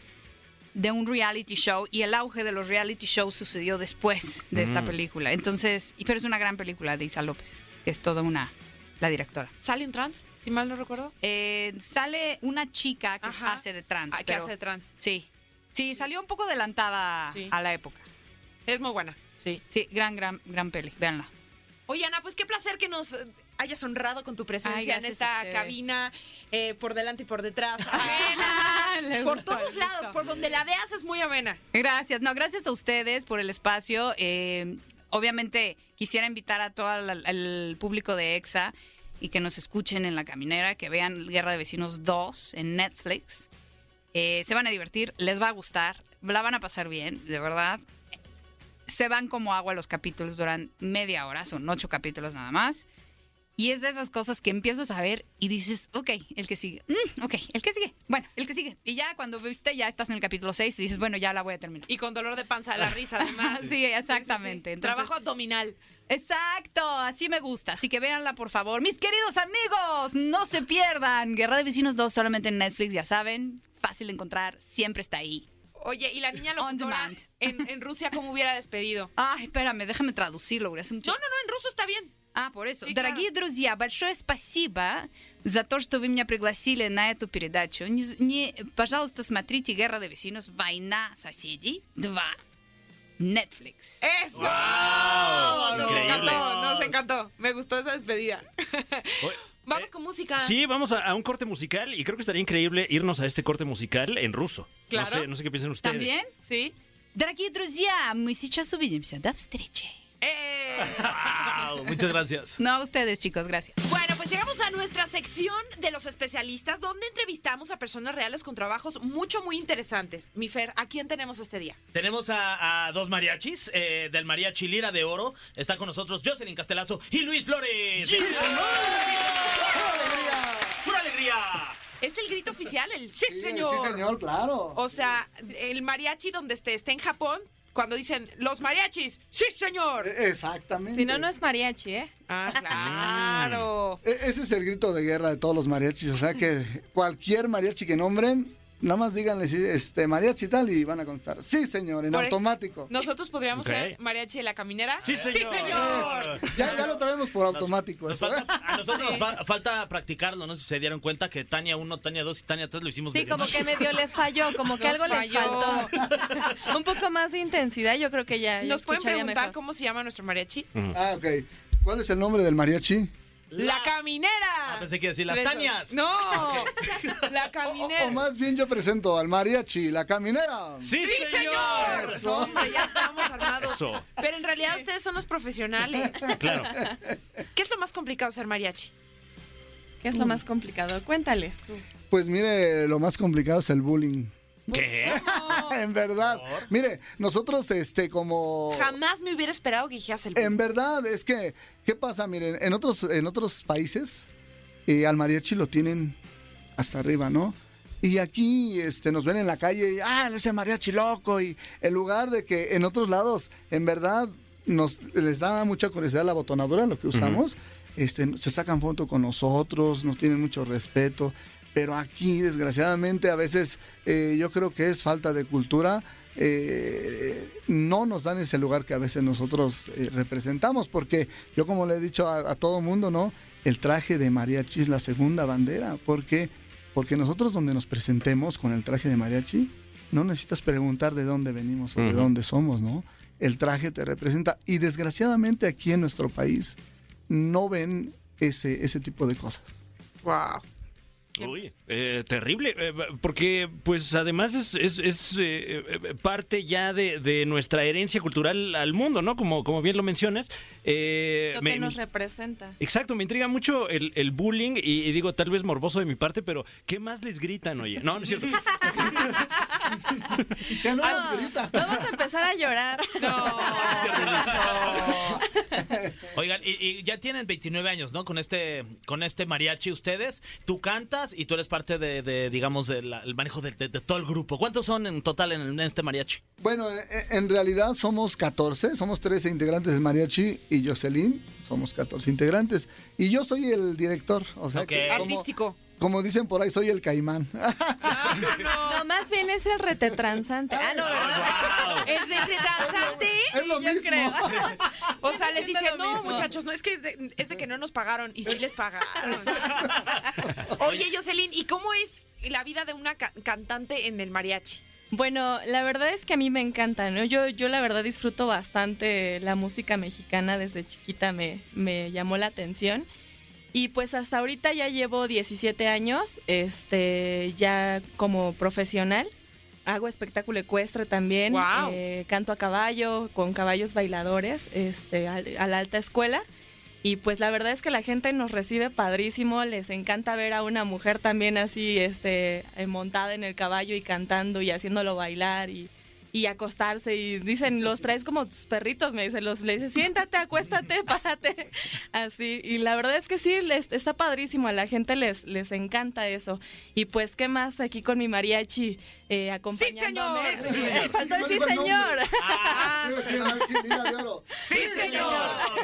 de un reality show y el auge de los reality shows sucedió después de esta Mm. película. Entonces, y- pero es una gran película de Isa López, que es toda una la directora. ¿Sale un trans? Si mal no recuerdo. Eh, sale una chica que Ajá. hace de trans. Ah, ¿Qué pero- hace de trans? Sí. Sí, salió un poco adelantada Sí. a la época. Es muy buena. Sí. Sí, gran, gran, gran peli. Véanla. Oye, Ana, pues qué placer que nos eh, hayas honrado con tu Ay, presencia en gracias a esta ustedes. cabina, eh, por delante y por detrás. Amena. Le por gustó, todos le lados, gustó. por donde la veas es muy amena. Gracias, no, gracias a ustedes por el espacio. Eh, obviamente quisiera invitar a todo el, el público de EXA y que nos escuchen en la caminera, que vean Guerra de Vecinos 2 en Netflix. Eh, se van a divertir, les va a gustar, la van a pasar bien, de verdad. Se van como agua los capítulos, duran media hora, son ocho capítulos nada más. Y es de esas cosas que empiezas a ver y dices, ok, el que sigue, mm, ok, el que sigue, bueno, el que sigue. Y ya cuando viste, ya estás en el capítulo 6 y dices, bueno, ya la voy a terminar. Y con dolor de panza, la risa además. Sí, exactamente. Entonces- Trabajo abdominal. Exacto, así me gusta. Así que véanla, por favor. Mis queridos amigos, no se pierdan. Guerra de Vecinos 2 solamente en Netflix, ya saben. Fácil de encontrar, siempre está ahí. Oye, y la niña On locutora demand. en, en Rusia, ¿cómo hubiera despedido? Ay, espérame, déjame traducirlo, porque hace No, mucho... no, no, en ruso está bien. А, por eso. Sí, Дорогие друзья, большое спасибо за то, что вы меня пригласили на эту передачу. Не, з- не- пожалуйста, смотрите «Guerra de Vecinos. Война соседей 2». Netflix. ¡Eso! Nos Increíble. encantó, nos encantó. Me gustó esa despedida. Vamos con música. Sí, vamos a, a un corte musical y creo que estaría increíble irnos a este corte musical en ruso. Claro. No sé, no sé qué piensan ustedes. También? ¿Sí? Дорогие друзья, мы сейчас увидимся. До встречи. ¡Eh! Wow, muchas gracias. No a ustedes, chicos. Gracias. Bueno, pues llegamos a nuestra sección de los especialistas, donde entrevistamos a personas reales con trabajos mucho, muy interesantes. Mi Fer, ¿a quién tenemos este día? Tenemos a, a dos mariachis eh, del mariachi Lira de Oro. Está con nosotros Jocelyn Castelazo y Luis Flores. ¡Pura alegría! ¿Es el grito oficial? El sí, Sí, señor. Sí, señor, claro. O sea, el mariachi donde esté, esté en Japón, cuando dicen los mariachis, sí, señor. E- Exactamente. Si no, no es mariachi, ¿eh? Ah, claro. E- Ese es el grito de guerra de todos los mariachis. O sea que cualquier mariachi que nombren, nada más díganle sí, este mariachi y tal y van a contestar. Sí, señor, en Por- automático. Nosotros podríamos Ok. ser mariachi de la caminera. Sí, señor. Ya, ya lo traemos por automático. Nos eso, falta- ¿eh? a nosotros nos fa- falta practicarlo, no sé si se dieron cuenta que Tania 1, Tania 2 y Tania 3 lo hicimos Sí, de- como que medio les falló, como que Nos algo les falló. faltó. Un poco más de intensidad, yo creo que Ah, ya. ya ¿Nos pueden escucharía preguntar mejor. cómo se llama nuestro mariachi? Ah, ok. ¿Cuál es el nombre del mariachi? La caminera. Ah, pensé que iba a decir las Eso. Tanias. No, la O, o- caminera. o más bien yo presento al mariachi, la caminera. Sí, señor. Eso. Hombre, ya estábamos armados. Eso. Pero en realidad ustedes son los profesionales. Claro. ¿Qué es lo más complicado de ser mariachi? ¿Qué es lo más complicado? Cuéntales. tú. Pues mire, lo más complicado es el bullying. ¿Qué? en verdad. Mire, nosotros este como Jamás me hubiera esperado que dijeras el En verdad, es que, ¿qué pasa? Miren, en otros, en otros países eh, al mariachi lo tienen hasta arriba, ¿no? Y aquí este, nos ven en la calle y, ah, ese mariachi loco. Y en lugar de que en otros lados, en verdad, nos les da mucha curiosidad la botonadura, lo que usamos. este, se sacan foto con nosotros, nos tienen mucho respeto. Pero aquí, desgraciadamente, a veces eh, yo creo que es falta de cultura. eh, no nos dan ese lugar que a veces nosotros eh, representamos, porque yo como le he dicho a, a todo mundo, ¿no? El traje de mariachi es la segunda bandera, porque porque nosotros donde nos presentemos con el traje de mariachi, no necesitas preguntar de dónde venimos o de Ujú. dónde somos, ¿no? El traje te representa. Y desgraciadamente aquí en nuestro país no ven ese, ese tipo de cosas. Wow. Uy, eh, terrible, eh, porque pues además es, es- es, eh, eh, parte ya de, de nuestra herencia cultural al mundo, ¿no? Como, como bien lo mencionas. eh, Lo me- que nos me- representa. Exacto, me intriga mucho el, el bullying y, y digo, tal vez morboso de mi parte, pero ¿qué más les gritan, oye? No, no es cierto. Ya no Ah, les grita. Vamos a empezar a llorar. Oigan, y, y ya tienen 29 años, ¿no? Con este, con este mariachi ustedes. Tú cantas y tú eres parte de, de, digamos, del el manejo de, de- de todo el grupo. ¿Cuántos son en total en, el- en este mariachi? Bueno, e- e- en realidad somos 14, somos 13 integrantes del mariachi y Jocelyn, somos 14 integrantes. Y yo soy el director, o sea, Ok. que como, Artístico. como dicen por ahí, soy el caimán. No, más bien es el retetranzante. Ah, no, ¿verdad? El retransante. es lo mismo. O sea, les Siento dice, lo no, mismo". muchachos, no es que es de, es de que no nos pagaron y sí les pagaron. Oye, Jocelyn, ¿y cómo es la vida de una ca- cantante en el mariachi? Bueno, la verdad es que a mí me encanta, ¿no? Yo, yo la verdad disfruto bastante la música mexicana, desde chiquita me, me llamó la atención. Y pues hasta ahorita ya llevo 17 años, este, ya como profesional. Hago espectáculo ecuestre también, ¡Guau! eh, canto a caballo, con caballos bailadores, este, al- a la alta escuela. Y pues la verdad es que la gente nos recibe padrísimo, les encanta ver a una mujer también así, este, eh, montada en el caballo y cantando y haciéndolo bailar y, y acostarse. Y dicen, los traes como tus perritos, me dicen, los, le dicen, siéntate, acuéstate, párate. Así, y la verdad es que sí, les, está padrísimo, a la gente les, les encanta eso. Y pues, ¿qué más aquí con mi mariachi eh, acompañándome? señor! Sí, señor. Eh, faltó el No sí, digo el señor. nombre. Yo decía, "Ah, sí, liga de oro". ¡Sí, señor!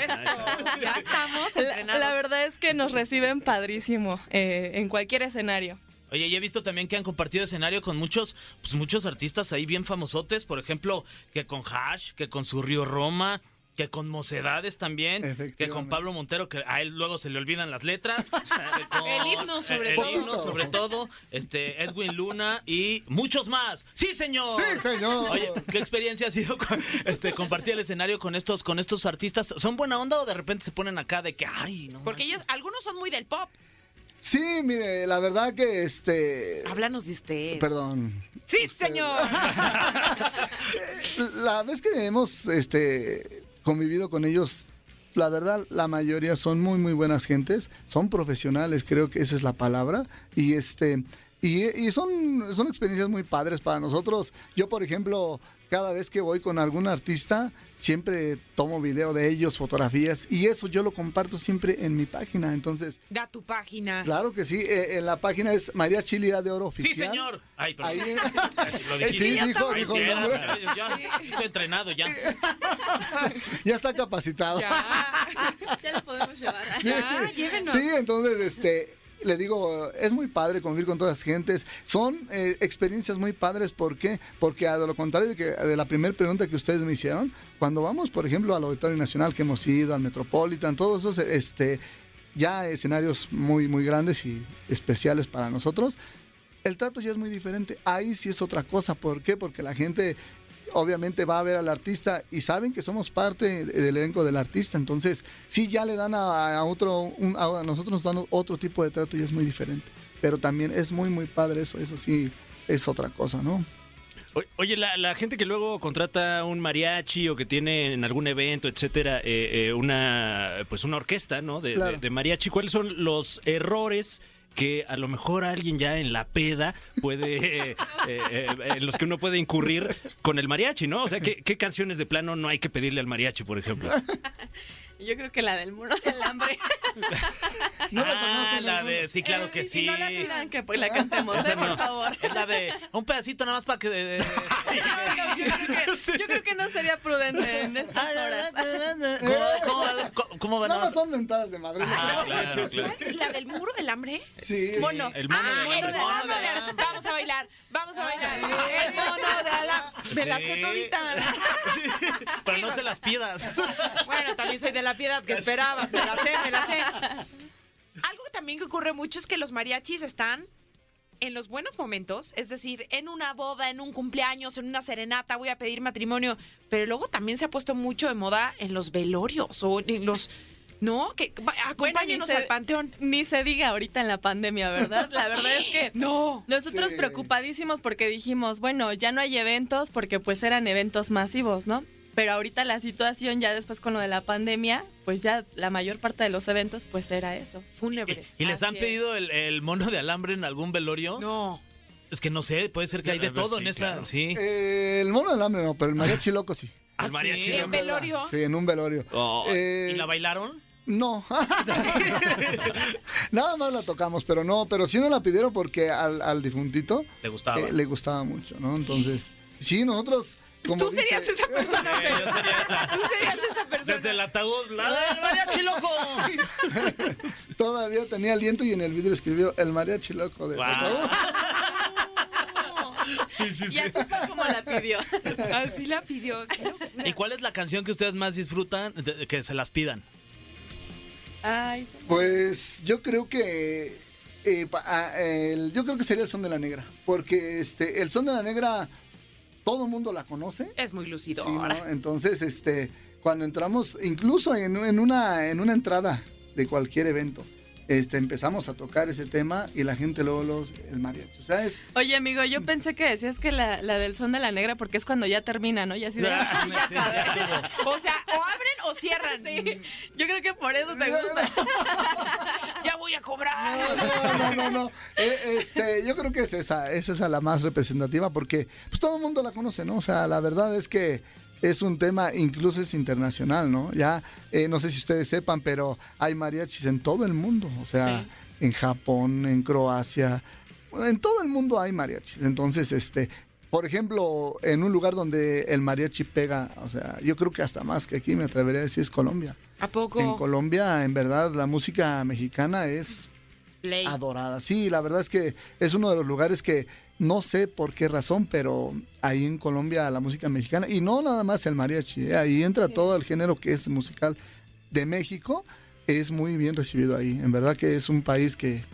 Eso. Ah, Ya estamos La, entrenados. la verdad es que nos reciben padrísimo eh, en cualquier escenario. Oye, y he visto también que han compartido escenario con muchos, pues muchos artistas ahí bien famosotes. Por ejemplo, que con Hash, que con su Río Roma. Que con Mocedades también, que con Efectivamente. Pablo Montero, que a él luego se le olvidan las letras. que con- El himno sobre el todo. himno sobre todo, este, Edwin Luna y muchos más. ¡Sí, señor! Sí, señor. Oye, ¿qué experiencia ha sido con- este, compartir el escenario con estos, con estos artistas? ¿Son buena onda o de repente se ponen acá de que, ay, no? Porque ellos, algunos son muy del pop. Sí, mire, la verdad que este. Háblanos de usted. Perdón. ¡Sí, señor! La vez que hemos este, convivido con ellos, la verdad, la mayoría son muy, muy buenas gentes, son profesionales, creo que esa es la palabra, y este. Y, y son, son experiencias muy padres para nosotros. Yo, por ejemplo, cada vez que voy con algún artista, siempre tomo video de ellos, fotografías, y eso yo lo comparto siempre en mi página. Entonces, Da tu página. claro que sí, eh, en la página es María Chile de Oro Sí, Oficial. señor. Ay, perdón. Ahí, Lo Eh, sí, dijiste. dijo, Ay, dijo sí, el era, nombre. pero yo estoy entrenado ya. ya está capacitado. Ya. Ya lo podemos llevar. Sí. Ya, llévenos. Sí, entonces, este, le digo, es muy padre convivir con todas las gentes. Son eh, experiencias muy padres, ¿por qué? Porque a lo contrario de, que, de la primera pregunta que ustedes me hicieron, cuando vamos, por ejemplo, al Auditorio Nacional que hemos ido, al Metropolitan, todos esos, este, ya escenarios muy, muy grandes y especiales para nosotros, el trato ya es muy diferente. Ahí sí es otra cosa, ¿por qué? Porque la gente... Obviamente va a ver al artista y saben que somos parte de- del elenco del artista, entonces sí ya le dan a, a otro, un- a nosotros nos dan otro tipo de trato y es muy diferente. Pero también es muy, muy padre eso, eso sí es otra cosa, ¿no? O- Oye, la, la gente que luego contrata un mariachi o que tiene en algún evento, etcétera, eh, eh, una pues una orquesta, ¿no? De, Claro. de- de mariachi. ¿Cuáles son los errores que a lo mejor alguien ya en la peda puede eh, eh, eh, en los que uno puede incurrir con el mariachi, ¿no? O sea, ¿qué, qué canciones de plano no hay que pedirle al mariachi, por ejemplo? Ah, Yo creo que la del muro del hambre. No la ah, conocen, la ¿no? de, sí, Eh, claro que Y sí. No la pidan que pues, la cantemos, Esa ¿eh? por no. favor. Es la de un pedacito nada más para que... Yo creo, que, yo creo que no sería prudente en Ah, estas horas. ¿Cómo, va- cómo, cómo va Nada nada más más? son mentadas de madre. Ah, claro, claro. ¿La del muro del hambre? Sí. Mono. eh, El mono ah, del el hambre. mono del hambre. Vamos a bailar, vamos a bailar. El mono de la, de la Sí. todita. Pero no se las pidas. Bueno, también soy de la piedad que esperabas, me la sé, me la sé. Algo que también que ocurre mucho es que los mariachis están en los buenos momentos, es decir, en una boda, en un cumpleaños, en una serenata, voy a pedir matrimonio, pero luego también se ha puesto mucho de moda en los velorios o en los No, que va- acompáñenos se- al panteón. Ni se diga ahorita en la pandemia, ¿verdad? La verdad es que No. Nosotros Sí. preocupadísimos porque dijimos, bueno, ya no hay eventos porque pues eran eventos masivos, ¿no? Pero ahorita la situación ya después con lo de la pandemia, pues ya la mayor parte de los eventos pues era eso. Fúnebres. ¿Y les han Así es. pedido el, el mono de alambre en algún velorio? No. Es que no sé, puede ser que hay de A ver, todo sí, en esta. claro. Sí. Eh, el mono del hambre no, pero el mariachi loco sí. ¿Ah, el mariachi sí? ¿En Es verdad. velorio? Sí, en un velorio. Oh, Eh, ¿Y la bailaron? No. Nada más la tocamos, pero no, pero sí nos la pidieron porque al, al difuntito Le gustaba. eh, le gustaba mucho, ¿no? Entonces, sí, nosotros. Como Tú serías dice- esa persona. Ah, Eh, yo sería esa. Tú serías esa persona. Desde el ataúd, la Ah, del mariachi loco. Todavía tenía aliento y en el vidrio escribió el mariachi loco de Wow. Sotavón". Sí, sí, Y así fue como la pidió. Así la pidió. Qué locura. ¿Y cuál es la canción que ustedes más disfrutan de- de que se las pidan? Ay, son- Pues yo creo que eh, pa- ah, el- yo creo que sería el son de la negra, porque este el son de la negra todo el mundo la conoce. Es muy lucido Sí, ¿no? ahora. Entonces, este, cuando entramos, incluso en, en una, en una entrada de cualquier evento, este, empezamos a tocar ese tema y la gente luego los, el mariachi. O sea, es, Oye, amigo, yo pensé que decías que la, la del son de la negra porque es cuando ya termina, ¿no? Y así de- Ah, sí, ya. O sea, o abren o cierran. "Ah, Yo creo que por eso te gusta. Ya voy a cobrar. no, no, no, no. Eh, este, yo creo que es esa, es esa la más representativa porque pues, todo el mundo la conoce, ¿no? O sea, la verdad es que es un tema, incluso es internacional, ¿no? Ya, eh, no sé si ustedes sepan, pero hay mariachis en todo el mundo, o sea, en Japón, en Croacia, en todo el mundo hay mariachis. Entonces, este... Por ejemplo, en un lugar donde el mariachi pega, o sea, yo creo que hasta más que aquí me atrevería a decir es Colombia. ¿A En poco? Colombia, en verdad, la música mexicana es Ley. adorada. Sí, la verdad es que es uno de los lugares que no sé por qué razón, pero ahí en Colombia la música mexicana, y no nada más el mariachi, ¿eh? ahí entra todo el género que es musical de México, es muy bien recibido ahí. En verdad que es un país que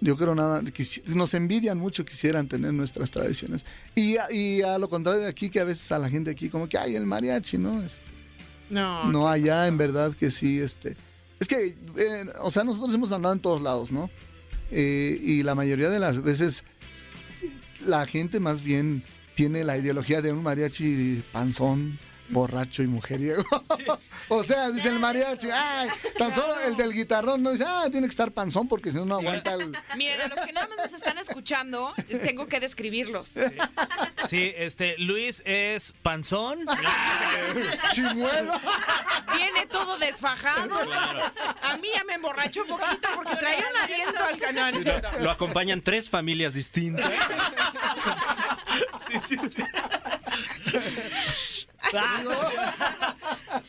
yo creo nada, quisi- nos envidian mucho, quisieran tener nuestras tradiciones. Y, a- y a lo contrario de aquí, que a veces a la gente aquí como que, ay, el mariachi, ¿no? Este, No. no, allá en verdad que sí, este. Es que, eh, o sea, nosotros hemos andado en todos lados, ¿no? Eh, y la mayoría de las veces la gente más bien tiene la ideología de un mariachi panzón, borracho y mujeriego. o sea, dice el mariachi, ay, tan solo el del guitarrón no dice, ah, tiene que estar panzón porque si no, no aguanta el... Miren, a los que nada más nos están escuchando, tengo que describirlos. Sí, este, Luis es panzón. chimuelo. Viene todo desfajado. A mí ya me emborracho un poquito porque traía un aliento al canal. Lo acompañan tres familias distintas. Sí, sí, sí.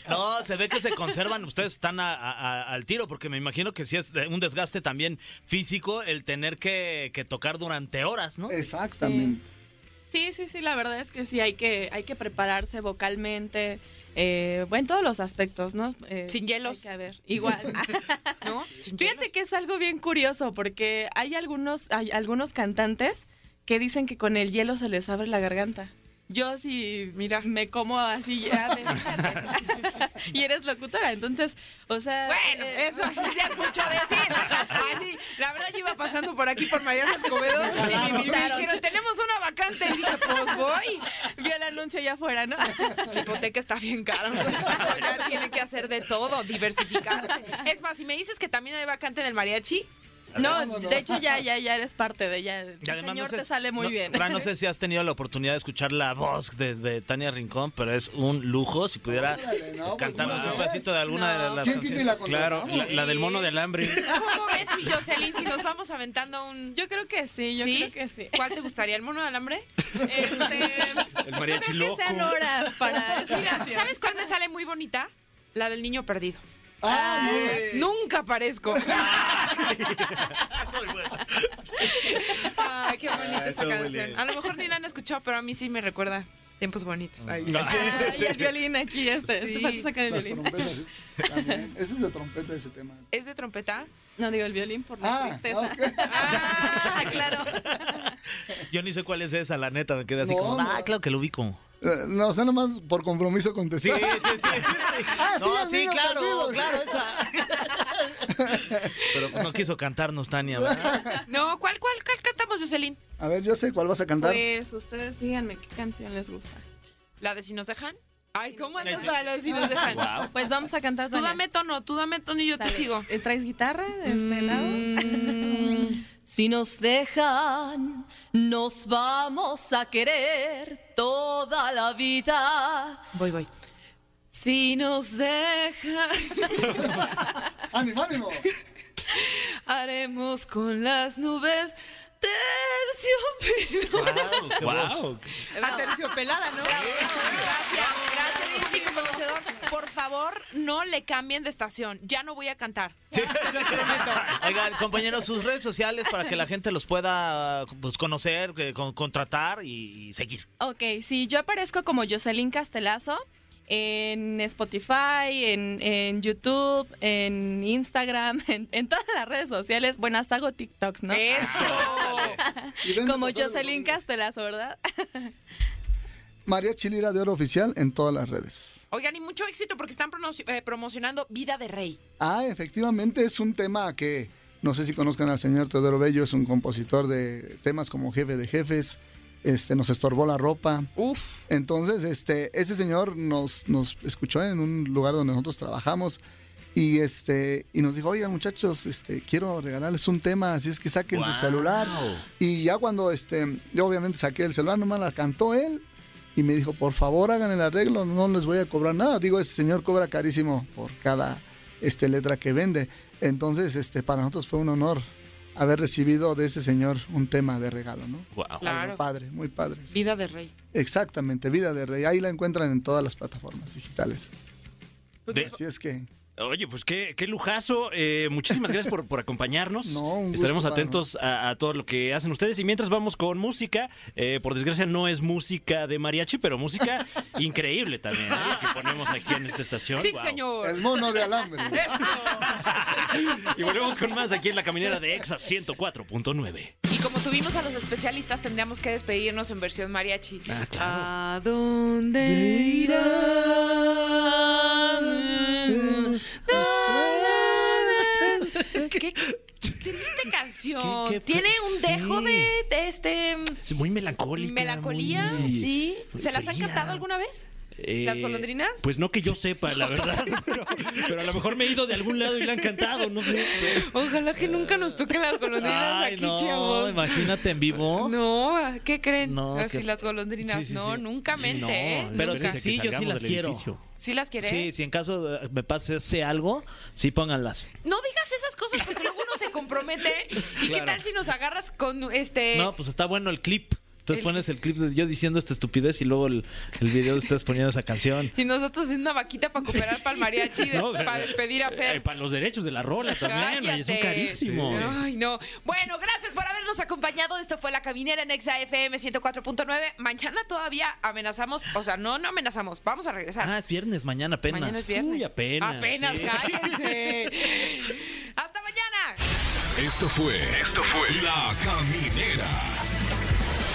No, se ve que se conservan, ustedes están a- a- a- al tiro, porque me imagino que sí es de- un desgaste también físico el tener que, que tocar durante horas, ¿no? Exactamente. Sí, sí, sí, la verdad es que sí, hay que, hay que prepararse vocalmente, eh, bueno, en todos los aspectos, ¿no? Eh, Sin hielos. hay que haber, igual. ¿No? Sin Fíjate hielos. que es algo bien curioso porque hay algunos, hay algunos cantantes que dicen que con el hielo se les abre la garganta. Yo sí, mira, me como así ya. me- y eres locutora, entonces, o sea... Bueno, eh, eso sí ya es mucho decir. Así, la verdad, yo iba pasando por aquí por Mariano Escobedo y me dijeron, tenemos una vacante. Y dije, pues voy. Vi el anuncio allá afuera, ¿no? La hipoteca está bien cara. Ahora tiene que hacer de todo, diversificarse. Es más, si me dices que también hay vacante en el mariachi, No, de hecho ya, ya, ya eres parte de ella. El Y además, señor no sé te si- sale muy no- bien. Fran, no sé si has tenido la oportunidad de escuchar la voz de, de Tania Rincón, pero es un lujo si pudiera Órale, no, pues, cantarnos no, un no. pedacito de alguna de No. las ¿Quién quita canciones. y la pues Claro, la, contratamos? la del mono de alambre. ¿cómo ves, mi Jocelyn, si nos vamos aventando un... Yo creo que sí, yo ¿Sí? creo que sí. ¿Cuál te gustaría, el mono de alambre? Este, El mariachi no creo loco. que sean horas para esa Mira, canción. ¿sabes cuál me sale muy bonita? La del niño perdido. Ah, muy bien. Nunca parezco. Ay, qué Ah, bonita esa canción. A lo mejor ni la han escuchado, pero a mí sí me recuerda tiempos bonitos. Ay, Ay, el violín aquí, este. Sí. te falta sacar el Las violín. trompetas. Ah, sí, también. Ese es de trompeta ese tema. ¿Es de trompeta? No digo el violín por la Ah, tristeza. ok. Ah, claro. Yo ni sé cuál es esa, la neta, me quedé así No, como, ah, no. claro que lo ubico. Eh, No, o sea, nomás por compromiso Sí, contestar. sí, sí. Ah, sí, no, así sí, lo claro, perdido. claro, esa. Pero no quiso cantarnos, Tania, ¿verdad? No, ¿cuál, cuál, cuál cantamos, Jocelyn? A ver, yo sé cuál vas a cantar. Pues ustedes díganme qué canción les gusta. ¿La de si nos dejan? Ay, ¿cómo Ay, andas sí. para la de si nos dejan? Wow. Pues vamos a cantar Tú dame tono, tú dame tono y yo te sigo. ¿Traes guitarra de este lado? Mm, Si nos dejan, nos vamos a querer toda la vida. Voy, voy. Si nos dejan, ¡Ánimo, ánimo! haremos con las nubes terciopelo. Wow, qué Guau. voz. Aterciopelada, ¿no? Gracias, gracias, público conocedor. Por favor, no le cambien de estación. Ya no voy a cantar. Oigan, compañeros, sus redes sociales para que la gente los pueda pues, conocer, que- con- contratar y, y seguir. Ok, sí, yo aparezco como Jocelyn Castelazo en Spotify, en, en YouTube, en Instagram, en, en todas las redes sociales. Bueno, hasta hago TikToks, ¿no? ¡Eso! Y ven Como pasar el Jocelyn domingo. Castelazo, ¿verdad? María Chilira de Oro Oficial en todas las redes. Oigan, y mucho éxito porque están pronoci- eh, promocionando Vida de Rey. Ah, efectivamente es un tema que no sé si conozcan al señor Teodoro Bello, es un compositor de temas como Jefe de Jefes, este, nos estorbó la ropa. Uf. Entonces, este, ese señor nos, nos escuchó en un lugar donde nosotros trabajamos y este, y nos dijo, oigan muchachos, este, quiero regalarles un tema, así es que saquen su Guau. celular. Y ya cuando este, yo obviamente saqué el celular, nomás la cantó él y me dijo, por favor hagan el arreglo, no les voy a cobrar nada. Digo, ese señor cobra carísimo por cada este, letra que vende. Entonces, este, para nosotros fue un honor haber recibido de ese señor un tema de regalo, ¿no? Guau. Algo padre, muy padre. sí. Vida de Rey. Exactamente, Vida de Rey. Ahí la encuentran en todas las plataformas digitales. Pues De- Así es que, Oye, pues qué, qué lujazo. Eh, muchísimas gracias por, por acompañarnos. No, un gusto, Estaremos mano. atentos a, a todo lo que hacen ustedes. Y mientras vamos con música, eh, por desgracia no es música de mariachi, pero música increíble también, ¿eh? La que ponemos aquí en esta estación. Sí, Wow. señor. el mono de alambre. Y volvemos con más aquí en la caminera de Exa 104.9. Y como tuvimos a los especialistas, tendríamos que despedirnos en versión mariachi. Ah, claro. ¿A dónde irán? ¿Qué, qué triste canción. Qué- qué fe- Tiene un dejo sí. de, de este mm, Es muy melancólica. melancolía, muy- sí. muy ¿Se las han fría. cantado alguna vez? Eh, ¿Las golondrinas? Pues no que yo sepa, la verdad. Pero, pero a lo mejor me he ido de algún lado y la han cantado, no sé. Ojalá que nunca nos toquen las golondrinas Ay, aquí, no, chavos. imagínate en vivo. No, ¿qué creen? No, Ah, Así qué- las golondrinas. Sí, sí, no, sí. nunca mente, No, ¿eh? Pero Nunca. sí, sí, yo sí salgamos las del quiero. edificio. ¿Sí las quieres? Sí, si en caso eh, me pase algo, sí pónganlas. No digas esas cosas porque luego uno se compromete. ¿Y qué Claro. tal si nos agarras con este. No, pues está bueno el clip. Entonces El- pones el clip de yo diciendo esta estupidez y luego el, el video de ustedes poniendo esa canción. Y nosotros haciendo una vaquita para cooperar para el mariachi, de- No, pero- para despedir a Fer. Eh, para los derechos de la rola también, oye, son Cállate. carísimos. Ay, no. Bueno, gracias por habernos acompañado. Esto fue La Caminera en Exa FM 104.9. Mañana todavía amenazamos, o sea, no, no amenazamos. Vamos a regresar. Ah, es viernes, mañana apenas. Mañana es viernes. Uy, apenas, Apenas, sí. cállense. ¡Hasta mañana! Esto fue. Esto fue. La Caminera.